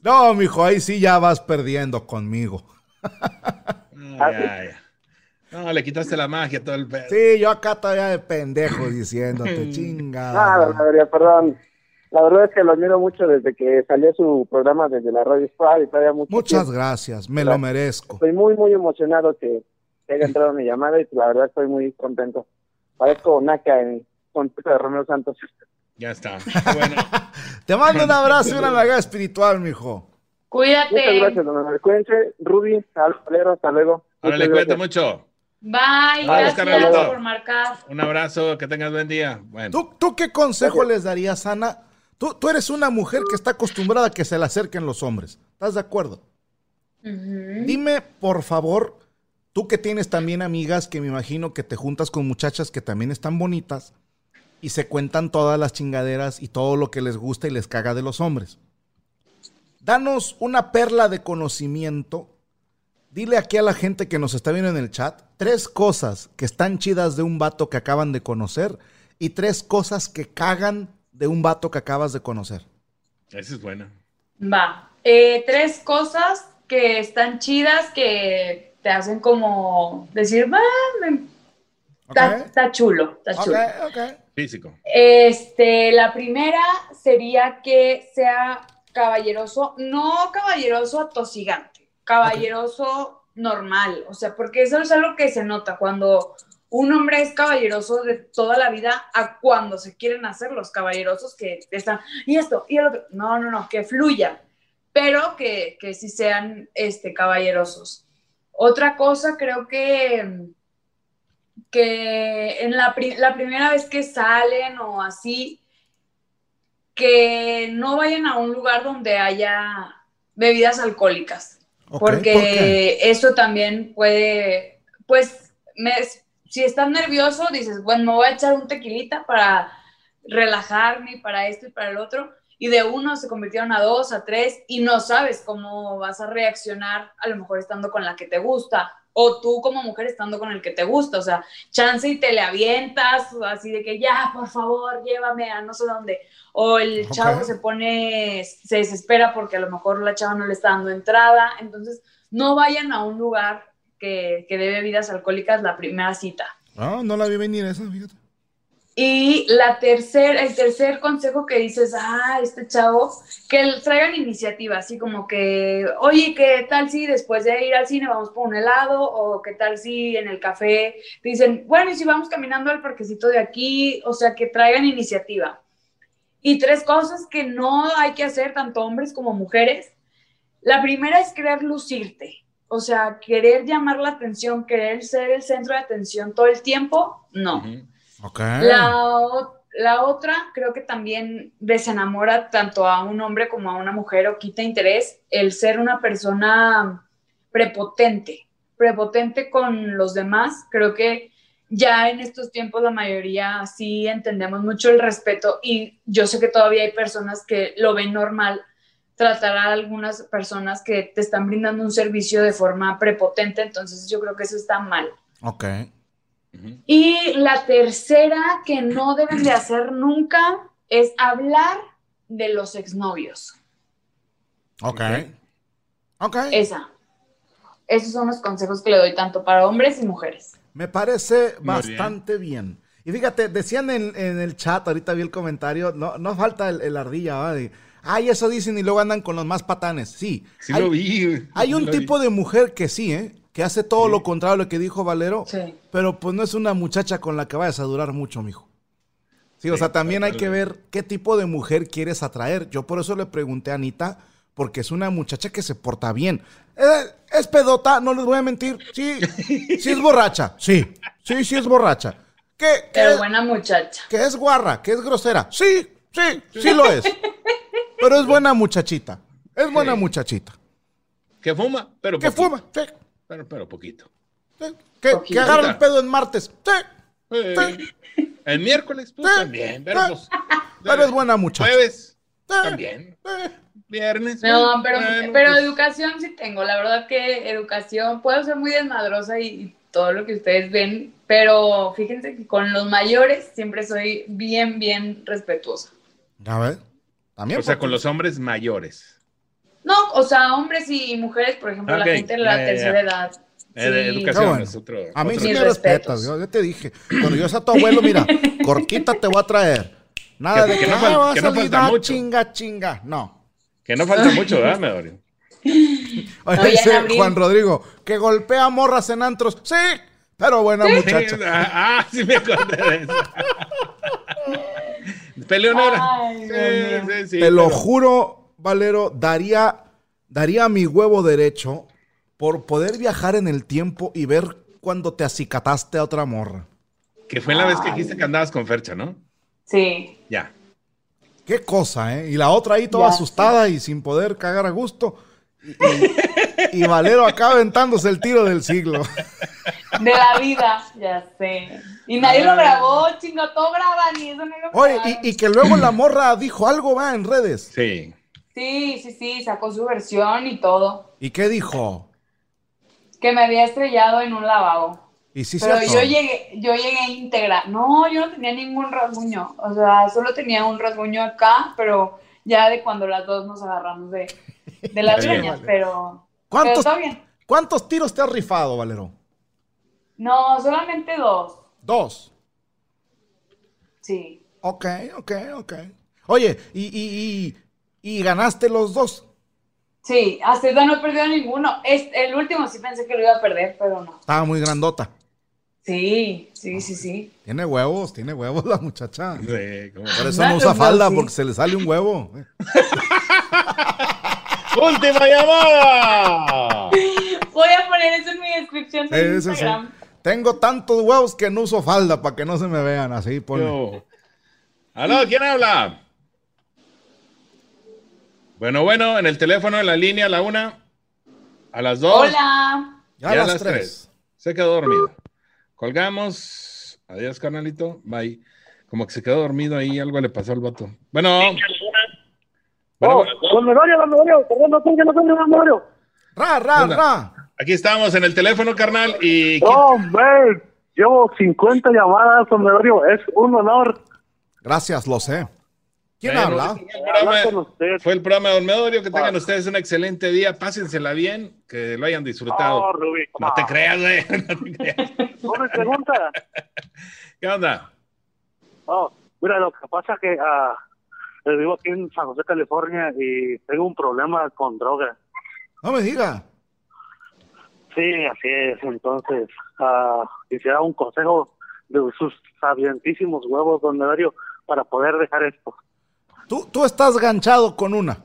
Speaker 4: No, mijo, ahí sí ya vas perdiendo conmigo.
Speaker 3: Ay, ay, ay. No, le quitaste la magia a todo el pedo.
Speaker 4: Sí, yo acá todavía de pendejo diciéndote,
Speaker 7: Ah,
Speaker 4: chinga.
Speaker 7: don Medorio, perdón. La verdad es que lo admiro mucho desde que salió su programa desde la radio Squad y todavía mucho
Speaker 4: Muchas
Speaker 7: tiempo.
Speaker 4: gracias, me lo merezco.
Speaker 7: Estoy muy, muy emocionado que haya entrado mi llamada y la verdad estoy muy contento. Parezco Naka en contexto de Romeo Santos.
Speaker 3: Ya está. Bueno,
Speaker 4: Te mando un abrazo y una larga espiritual, mijo.
Speaker 7: Muchas
Speaker 5: Cuídate.
Speaker 7: gracias, don Manuel. Cuídense, Ruby, al Valero, hasta luego.
Speaker 3: ahora
Speaker 7: Muchas
Speaker 3: le cuento
Speaker 7: gracias.
Speaker 3: mucho.
Speaker 5: Bye.
Speaker 3: Vamos,
Speaker 5: Gracias
Speaker 3: Carmelita.
Speaker 5: por marcar.
Speaker 3: Un abrazo, que tengas buen día. Bueno,
Speaker 4: ¿Tú, tú qué consejo les darías, Ana? Tú, tú eres una mujer que está acostumbrada a que se le acerquen los hombres. ¿Estás de acuerdo?
Speaker 5: Ujú.
Speaker 4: Dime, por favor, tú que tienes también amigas que me imagino que te juntas con muchachas que también están bonitas y se cuentan todas las chingaderas y todo lo que les gusta y les caga de los hombres. Danos una perla de conocimiento. Dile aquí a la gente que nos está viendo en el chat tres cosas que están chidas de un vato que acaban de conocer y tres cosas que cagan de un vato que acabas de conocer.
Speaker 3: eso es bueno.
Speaker 5: Va. Eh, tres cosas que están chidas que te hacen como decir, "Va, me-
Speaker 4: ¿Ok?
Speaker 5: está está chulo, está
Speaker 4: Ok,
Speaker 5: chulo.
Speaker 4: ok.
Speaker 3: Físico.
Speaker 5: Este, la primera sería que sea caballeroso, no caballeroso atosigante, caballeroso normal, o sea, porque eso es algo que se nota cuando un hombre es caballeroso de toda la vida a cuando se quieren hacer los caballerosos que están, y esto, y el otro, no, no, no, que fluya, pero que, que sí sean este, caballerosos. Otra cosa creo que que en la, pri- la primera vez que salen o así, que no vayan a un lugar donde haya bebidas alcohólicas,
Speaker 4: Ok,
Speaker 5: porque
Speaker 4: ¿por qué?
Speaker 5: eso también puede, pues, me- si estás nervioso, dices, bueno, me voy a echar un tequilita para relajarme, para esto y para el otro, y de uno se convirtieron a dos, a tres, y no sabes cómo vas a reaccionar, a lo mejor estando con la que te gusta, o tú como mujer estando con el que te gusta, o sea, chance y te le avientas, o así de que ya, por favor, llévame a no sé dónde. O el
Speaker 4: Ok.
Speaker 5: chavo se pone, se desespera porque a lo mejor la chava no le está dando entrada. Entonces, no vayan a un lugar que, que dé bebidas alcohólicas la primera cita.
Speaker 4: Ah, no la vi venir esa, fíjate.
Speaker 5: Y la tercer, el tercer consejo que dices, ah, este chavo, que el- traigan iniciativa, así como que, oye, ¿qué tal si después de ir al cine vamos por un helado? O ¿qué tal si en el café te dicen, bueno, y si vamos caminando al parquecito de aquí? O sea, que traigan iniciativa. Y tres cosas que no hay que hacer, tanto hombres como mujeres. La primera es querer lucirte, o sea, querer llamar la atención, querer ser el centro de atención todo el tiempo,
Speaker 4: Ah.
Speaker 5: no.
Speaker 3: Ujú.
Speaker 4: Ok.
Speaker 5: La, o- la otra, creo que también desenamora tanto a un hombre como a una mujer o quita interés el ser una persona prepotente, prepotente con los demás. Creo que ya en estos tiempos la mayoría sí entendemos mucho el respeto y yo sé que todavía hay personas que lo ven normal tratar a algunas personas que te están brindando un servicio de forma prepotente, entonces yo creo que eso está mal.
Speaker 4: Ok.
Speaker 3: Ujú.
Speaker 5: Y la tercera que no deben de hacer nunca es hablar de los exnovios.
Speaker 4: Ok. Ok.
Speaker 5: Esa. Esos son los consejos que le doy tanto para hombres y mujeres.
Speaker 4: Me parece
Speaker 3: Muy
Speaker 4: bastante bien. Y fíjate, decían en, en el chat, ahorita vi el comentario, no, no falta el, el ardilla, ¿va? De, Ay, eso dicen y luego andan con los más patanes. Sí.
Speaker 3: Sí
Speaker 4: hay,
Speaker 3: lo vi. güey.
Speaker 4: hay
Speaker 3: Sí
Speaker 4: un
Speaker 3: lo
Speaker 4: tipo
Speaker 3: vi.
Speaker 4: de mujer que sí, ¿eh? Que hace todo lo contrario a lo que dijo Valero,
Speaker 5: Sí.
Speaker 4: pero pues no es una muchacha con la que vayas a durar mucho, mijo. Sí, o
Speaker 3: Sí,
Speaker 4: sea, también hay que
Speaker 3: totalmente.
Speaker 4: ver qué tipo de mujer quieres atraer. Yo por eso le pregunté a Anita, porque es una muchacha que se porta bien. Eh, es pedota, no les voy a mentir. Sí, sí es borracha. Sí, sí, sí es borracha. ¿Qué, qué-
Speaker 5: Pero buena muchacha.
Speaker 4: que es guarra, que es grosera. Sí, sí, sí lo es. Pero es buena muchachita. Es buena
Speaker 3: Sí.
Speaker 4: muchachita.
Speaker 3: Que fuma, pero
Speaker 4: Que
Speaker 3: poquito.
Speaker 4: fuma, sí,
Speaker 3: Pero, pero poquito.
Speaker 4: sí. Que, que agarra el pedo en martes. Sí,
Speaker 3: Eh, El miércoles, pues
Speaker 4: Sí.
Speaker 3: también. Pero,
Speaker 4: Sí.
Speaker 3: pues,
Speaker 4: pero es buena muchacha.
Speaker 3: Jueves,
Speaker 4: Sí,
Speaker 3: también.
Speaker 4: sí.
Speaker 3: Viernes.
Speaker 5: No,
Speaker 3: pues,
Speaker 5: pero,
Speaker 3: bueno,
Speaker 5: pero
Speaker 3: pues,
Speaker 5: educación sí tengo. La verdad que educación, puedo ser muy desmadrosa y, y todo lo que ustedes ven, pero fíjense que con los mayores siempre soy bien, bien respetuosa.
Speaker 4: A ver. También.
Speaker 3: O sea,
Speaker 4: porque-
Speaker 3: con los hombres mayores.
Speaker 5: No, o sea, hombres y mujeres, por ejemplo,
Speaker 3: Ok,
Speaker 5: la gente de la
Speaker 3: ya, ya, ya.
Speaker 5: tercera edad.
Speaker 3: Eh, de
Speaker 5: Sí.
Speaker 3: educación
Speaker 4: Ah, bueno.
Speaker 3: es otro.
Speaker 4: A mí
Speaker 3: otro
Speaker 4: sí
Speaker 5: Mis
Speaker 4: me
Speaker 5: respetos.
Speaker 4: respetas, yo, yo te dije. Cuando yo sea tu abuelo, mira, corquita te voy a traer. Nada
Speaker 3: Que-
Speaker 4: de
Speaker 3: que
Speaker 4: que,
Speaker 3: no
Speaker 4: "Ah,
Speaker 3: fal-
Speaker 4: va a
Speaker 3: que no
Speaker 4: salir,
Speaker 3: falta
Speaker 4: ah,
Speaker 3: mucho".
Speaker 4: chinga, chinga. No.
Speaker 3: Que no falta mucho, ¿verdad, Medorio?
Speaker 4: Oye,
Speaker 5: Oye, en
Speaker 4: dice
Speaker 5: abril.
Speaker 4: Juan Rodrigo, que golpea morras en antros. Sí, pero buena muchacha.
Speaker 3: Ah, ah, sí me acordé de eso. Peleonera.
Speaker 5: Ay,
Speaker 3: Sí,
Speaker 5: Dios mío.
Speaker 3: sí, sí,
Speaker 4: Te lo
Speaker 3: pero-
Speaker 4: juro, Valero, daría, daría mi huevo derecho por poder viajar en el tiempo y ver cuando te acicataste a otra morra.
Speaker 3: Que fue la vez que
Speaker 5: Ay.
Speaker 3: dijiste que andabas con Fercha, ¿no?
Speaker 5: Sí.
Speaker 3: Ya.
Speaker 4: Qué cosa, ¿eh? Y la otra ahí toda
Speaker 5: Ya,
Speaker 4: asustada y sin poder cagar a gusto. Y, y- y Valero acá aventándose el tiro del siglo.
Speaker 5: De la vida, ya sé. Y nadie lo grabó, chingo, todo graban y eso no lo
Speaker 4: Oye,
Speaker 5: grabaron.
Speaker 4: y, y que luego la morra dijo algo, va, en redes.
Speaker 3: Sí.
Speaker 5: Sí, sí, sí, sacó su versión y todo.
Speaker 4: ¿Y qué dijo?
Speaker 5: Que me había estrellado en un lavabo.
Speaker 4: Y sí,
Speaker 5: Pero
Speaker 4: cierto.
Speaker 5: yo llegué, yo llegué íntegra. No, yo no tenía ningún rasguño. O sea, solo tenía un rasguño acá, pero ya de cuando las dos nos agarramos de, de las
Speaker 3: Está bien.
Speaker 5: uñas, pero, pero
Speaker 4: ¿Cuántos,
Speaker 5: todo bien.
Speaker 4: ¿Cuántos tiros te has rifado, Valero?
Speaker 5: No, solamente dos.
Speaker 4: Dos.
Speaker 5: Sí.
Speaker 4: Ok, ok, ok. Oye, y, y, y, y ganaste los dos.
Speaker 5: Sí, hasta ahorita no he perdido ninguno. Es, el último sí pensé que lo iba a perder, pero no.
Speaker 4: Estaba muy grandota.
Speaker 5: Sí, sí, sí, sí.
Speaker 4: Tiene huevos, tiene huevos la muchacha.
Speaker 3: Sí, como-
Speaker 4: Por eso
Speaker 5: Ah,
Speaker 4: no usa
Speaker 5: pues,
Speaker 4: falda,
Speaker 5: sí.
Speaker 4: porque se le sale un huevo.
Speaker 3: ¡Última llamada!
Speaker 5: Voy a poner eso en mi descripción
Speaker 4: Sí,
Speaker 5: de
Speaker 4: sí, sí.
Speaker 5: Instagram.
Speaker 4: Tengo tantos huevos que no uso falda para que no se me vean así. Ponle.
Speaker 3: Yo. Aló, ¿quién habla? Bueno, bueno, en el teléfono, en la línea, a la una, a las dos.
Speaker 5: Hola.
Speaker 4: Ya
Speaker 3: y
Speaker 4: a las tres.
Speaker 3: Se quedó dormido. Colgamos. Adiós, carnalito. Bye. Como que se quedó dormido ahí, algo le pasó al vato. Bueno. Bueno,
Speaker 6: Oh,
Speaker 3: bueno,
Speaker 6: don Medorio, don Medorio, perdón, no tengo, no tengo, don Medorio.
Speaker 4: Ra, ra,
Speaker 3: Anda.
Speaker 4: ra.
Speaker 3: aquí estamos en el teléfono, carnal. Y
Speaker 6: No, hombre, llevo 50 llamadas, don Medorio, es un honor
Speaker 4: Gracias, lo sé. ¿Quién
Speaker 3: Bueno,
Speaker 4: habla?
Speaker 3: el
Speaker 6: hablar con
Speaker 3: programa-
Speaker 6: usted.
Speaker 3: Fue el programa de Don Medorio. Que
Speaker 6: Ah.
Speaker 3: tengan ustedes un excelente día. Pásensela bien. Que lo hayan disfrutado.
Speaker 6: Oh, Rubí,
Speaker 3: No te
Speaker 6: ah.
Speaker 3: creas, güey. No te creas.
Speaker 6: No me pregunta.
Speaker 3: ¿Qué onda?
Speaker 8: Oh, mira, lo que pasa es que ah, eh, vivo aquí en San José, California y tengo un problema con drogas.
Speaker 4: No me diga.
Speaker 8: Sí, así es. Entonces, ah, quisiera un consejo de sus sabientísimos huevos, don Medario, para poder dejar esto.
Speaker 4: Tú, tú estás ganchado con una.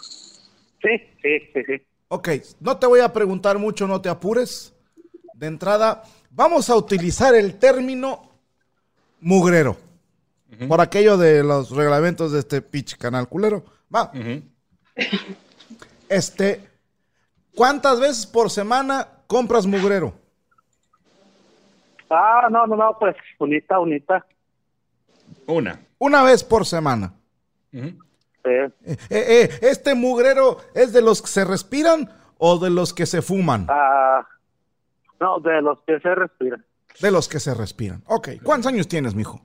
Speaker 8: Sí, sí, sí, sí.
Speaker 4: Ok, no te voy a preguntar mucho, no te apures. De entrada, vamos a utilizar el término mugrero. Por aquello de los reglamentos de este pitch canal culero. Va. Este, ¿cuántas veces por semana compras mugrero?
Speaker 8: Ah, no, no, no, pues unita, unita.
Speaker 3: Una.
Speaker 4: Una vez por semana.
Speaker 3: Ujú.
Speaker 8: Sí.
Speaker 4: Eh, eh, eh, ¿Este mugrero es de los que se respiran o de los que se fuman?
Speaker 8: Ah, no, de los que se respiran.
Speaker 4: De los que se respiran. Ok, ¿cuántos años tienes, mijo?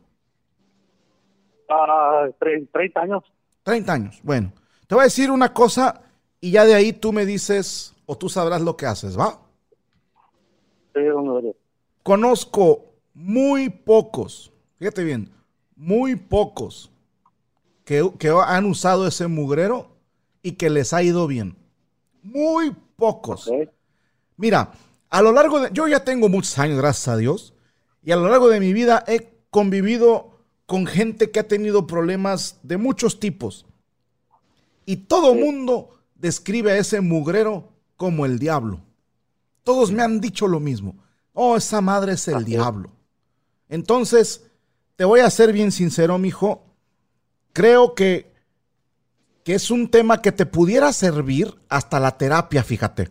Speaker 8: Ah, tre- 30 años.
Speaker 4: 30 años. Bueno, te voy a decir una cosa y ya de ahí tú me dices o tú sabrás lo que haces, ¿va?
Speaker 8: Sí, don Medario.
Speaker 4: Conozco muy pocos, fíjate bien, muy pocos que, que han usado ese mugrero y que les ha ido bien. Muy pocos.
Speaker 8: Sí.
Speaker 4: Mira, a lo largo de. Yo ya tengo muchos años, gracias a Dios. Y a lo largo de mi vida he convivido con gente que ha tenido problemas de muchos tipos. Y todo mundo describe a ese mugrero como el diablo. Todos me han dicho lo mismo. Oh, esa madre es el diablo. Entonces, te voy a ser bien sincero, mijo. Creo que, que es un tema que te pudiera servir hasta la terapia, fíjate.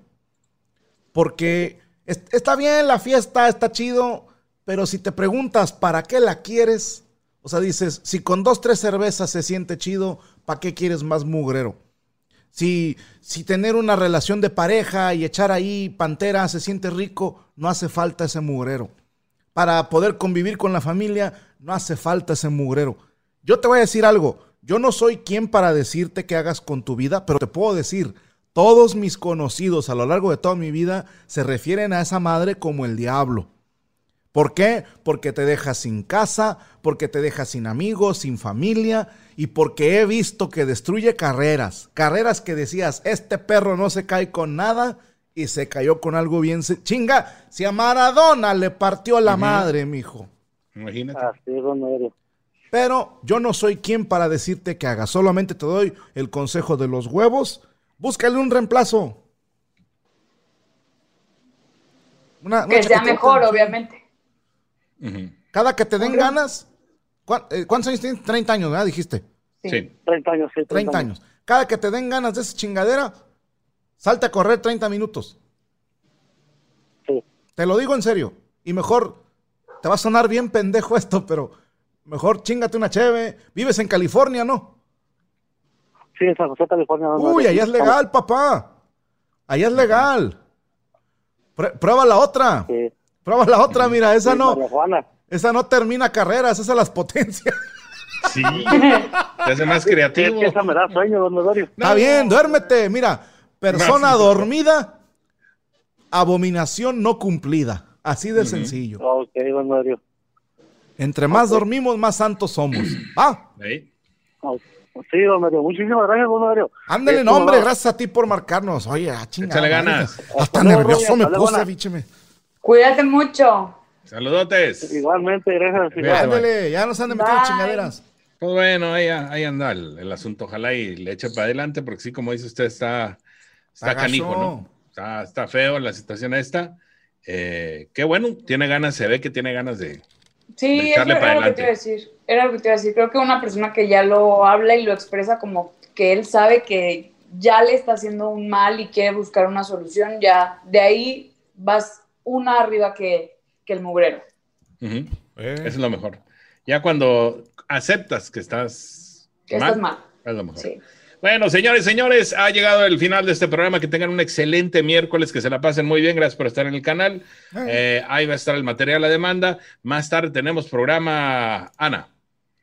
Speaker 4: Porque es- está bien la fiesta, está chido, pero si te preguntas para qué la quieres, o sea, dices, si con dos, tres cervezas se siente chido, ¿para qué quieres más mugrero? Si, si tener una relación de pareja y echar ahí pantera se siente rico, no hace falta ese mugrero. Para poder convivir con la familia, no hace falta ese mugrero. Yo te voy a decir algo, yo no soy quien para decirte qué hagas con tu vida, pero te puedo decir, todos mis conocidos a lo largo de toda mi vida se refieren a esa madre como el diablo. ¿Por qué? Porque te deja sin casa, porque te deja sin amigos, sin familia y porque he visto que destruye carreras. Carreras que decías, este perro no se cae con nada y se cayó con algo bien. se- Chinga, si a Maradona le partió la madre, mijo.
Speaker 6: Ah.
Speaker 3: Imagínate.
Speaker 8: Así es, don Medario.
Speaker 4: Pero yo no soy quien para decirte que hagas. Solamente te doy el consejo de los huevos. Búscale un reemplazo. Una- una
Speaker 5: Que sea
Speaker 4: chaquetota.
Speaker 5: mejor, obviamente.
Speaker 3: Ujú.
Speaker 4: Cada que te den ganas. ¿cuá- eh, ¿Cuántos años tienes? 30 años, ¿verdad? Dijiste.
Speaker 5: Sí.
Speaker 3: Sí.
Speaker 8: 30 años, sí.
Speaker 4: 30 años. Cada que te den ganas de esa chingadera, salte a correr 30 minutos.
Speaker 8: Sí.
Speaker 4: Te lo digo en serio. Y mejor, te va a sonar bien pendejo esto, pero mejor chingate una cheve. Vives en California, ¿no?
Speaker 8: Sí, en San José, California. don
Speaker 4: Uy,
Speaker 8: Medario.
Speaker 4: allá es legal, papá. Allá es legal. Prue- prueba la otra.
Speaker 8: Sí.
Speaker 4: Prueba la otra, mira, esa
Speaker 8: Sí,
Speaker 4: no,
Speaker 8: marihuana.
Speaker 4: esa no termina carreras, esa las potencias.
Speaker 3: Sí. Te hace más
Speaker 8: Sí, es
Speaker 3: creativo.
Speaker 8: que esa me da sueño, don Medario.
Speaker 4: Está bien, duérmete. Mira, persona
Speaker 3: No.
Speaker 4: dormida, abominación no cumplida. Así de sencillo.
Speaker 8: Ok, don Medario.
Speaker 4: Entre más dormimos, más santos somos. Ah,
Speaker 3: Ahí.
Speaker 8: Ok. Sí, don Medario. Muchísimas gracias, don Medario.
Speaker 4: ándale,
Speaker 8: Eh,
Speaker 4: no,
Speaker 8: como
Speaker 4: hombre,
Speaker 8: va-
Speaker 4: gracias a ti por marcarnos. Oye, ah, chingada.
Speaker 3: Échale
Speaker 4: madre,
Speaker 3: ganas.
Speaker 4: Hasta
Speaker 8: Hasta luego,
Speaker 4: nervioso
Speaker 8: Roger,
Speaker 4: me
Speaker 8: hasta luego,
Speaker 4: puse,
Speaker 8: Ana.
Speaker 4: bicheme.
Speaker 5: Cuídate mucho.
Speaker 3: Saludotes.
Speaker 8: Igualmente, gracias.
Speaker 3: Cuídate,
Speaker 8: igual.
Speaker 4: Ándale, ya nos han de meter las
Speaker 5: Bye.
Speaker 4: chingaderas.
Speaker 3: Pues bueno, ahí, ahí anda el, el asunto. Ojalá y le eche para adelante, porque sí, como dice usted, está, está
Speaker 4: Está
Speaker 3: canijo,
Speaker 4: gacho.
Speaker 3: ¿no? Está, está feo la situación esta. Eh, qué bueno, tiene ganas, se ve que tiene ganas de. De
Speaker 5: Sí, eso
Speaker 3: echarle
Speaker 5: era
Speaker 3: para
Speaker 5: lo que te iba a
Speaker 3: adelante.
Speaker 5: decir. Era lo que te iba a decir. Creo que una persona que ya lo habla y lo expresa como que él sabe que ya le está haciendo un mal y quiere buscar una solución, ya de ahí vas una arriba que, que el mugrero.
Speaker 3: Ujú,
Speaker 4: Eh,
Speaker 3: Eso es lo mejor. Ya cuando aceptas que estás.
Speaker 5: Que estás mal.
Speaker 3: Es lo mejor.
Speaker 5: Sí.
Speaker 3: Bueno, señores, señores, ha llegado el final de este programa. Que tengan un excelente miércoles, que se la pasen muy bien. Gracias por estar en el canal. Eh, ahí va a estar el material a demanda. Más tarde tenemos programa Ana.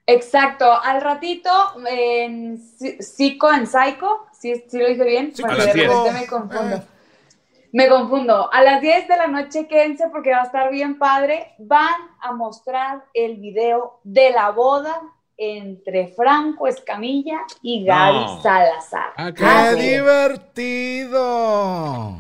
Speaker 5: Exacto. Al ratito, en Psi- Psico, en Psycho, si lo dije bien,
Speaker 4: sí,
Speaker 5: porque
Speaker 3: a las
Speaker 5: de
Speaker 3: diez.
Speaker 5: Ah. repente me confundo.
Speaker 4: Eh,
Speaker 5: Me confundo. A las 10 de la noche quédense porque va a estar bien padre. Van a mostrar el video de la boda entre Franco Escamilla y Gaby
Speaker 3: No.
Speaker 5: Salazar.
Speaker 3: Ah,
Speaker 4: ¡Qué divertido!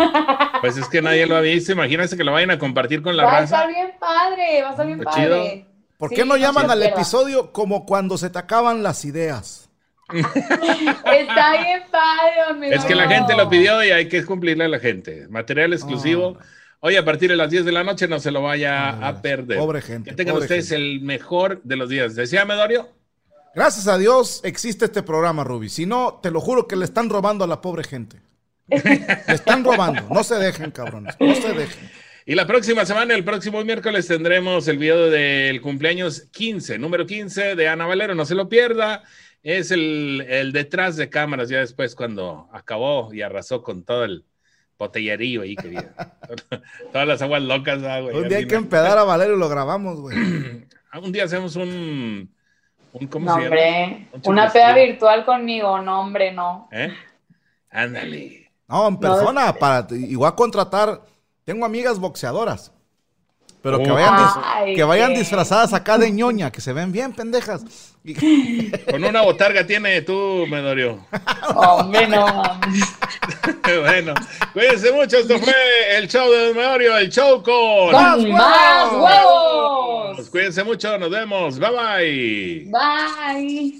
Speaker 3: Pues es que nadie lo había visto. Imagínense que lo vayan a compartir con la
Speaker 5: va a
Speaker 3: raza.
Speaker 5: estar bien padre, va a estar bien
Speaker 3: Está
Speaker 5: padre.
Speaker 3: chido.
Speaker 4: ¿Por
Speaker 5: Sí,
Speaker 4: qué no llaman
Speaker 5: se
Speaker 4: al
Speaker 5: espera.
Speaker 4: episodio como cuando se te acaban las ideas?
Speaker 5: Está bien padre, amigo.
Speaker 3: Es que la gente lo pidió y hay que cumplirle a la gente. Material exclusivo. Hoy a partir de las 10 de la noche no se lo vaya
Speaker 4: Ah,
Speaker 3: a perder.
Speaker 4: pobre gente,
Speaker 3: Que tengan
Speaker 4: pobre
Speaker 3: ustedes
Speaker 4: gente.
Speaker 3: el mejor de los días. Decía Medorio.
Speaker 4: Gracias a Dios existe este programa, Ruby. Si no, te lo juro que le están robando a la pobre gente. Le están robando. No se dejen, cabrones. No se dejen.
Speaker 3: Y la próxima semana, el próximo miércoles, tendremos el video del cumpleaños 15, número 15 de Ana Valero. No se lo pierda. Es el, el detrás de cámaras, ya después cuando acabó y arrasó con todo el botellerío ahí que había. Todas las aguas locas. ah, güey,
Speaker 4: Un
Speaker 3: al
Speaker 4: día hay que
Speaker 3: final.
Speaker 4: empedar a Valerio y lo grabamos, güey.
Speaker 3: Ah, Un día hacemos un. un ¿Cómo
Speaker 5: No,
Speaker 3: se llama?
Speaker 5: hombre.
Speaker 3: Un
Speaker 5: Una peda
Speaker 3: chupestín.
Speaker 5: virtual conmigo. No, hombre, no.
Speaker 3: ¿Eh? Ándale.
Speaker 4: No, en persona, para igual contratar. Tengo amigas boxeadoras. Pero que
Speaker 3: Oh.
Speaker 4: vayan, dis-
Speaker 5: Ay,
Speaker 4: que vayan
Speaker 5: qué.
Speaker 4: disfrazadas acá de ñoña, que se ven bien pendejas. Y-
Speaker 3: Con una botarga tiene tú, Medorio.
Speaker 5: Hombre, no. mames.
Speaker 3: bueno, cuídense mucho. Esto fue el show de Don Medorio, el show con.
Speaker 5: Con más huevos.
Speaker 3: Pues cuídense mucho, nos vemos. Bye bye.
Speaker 5: Bye.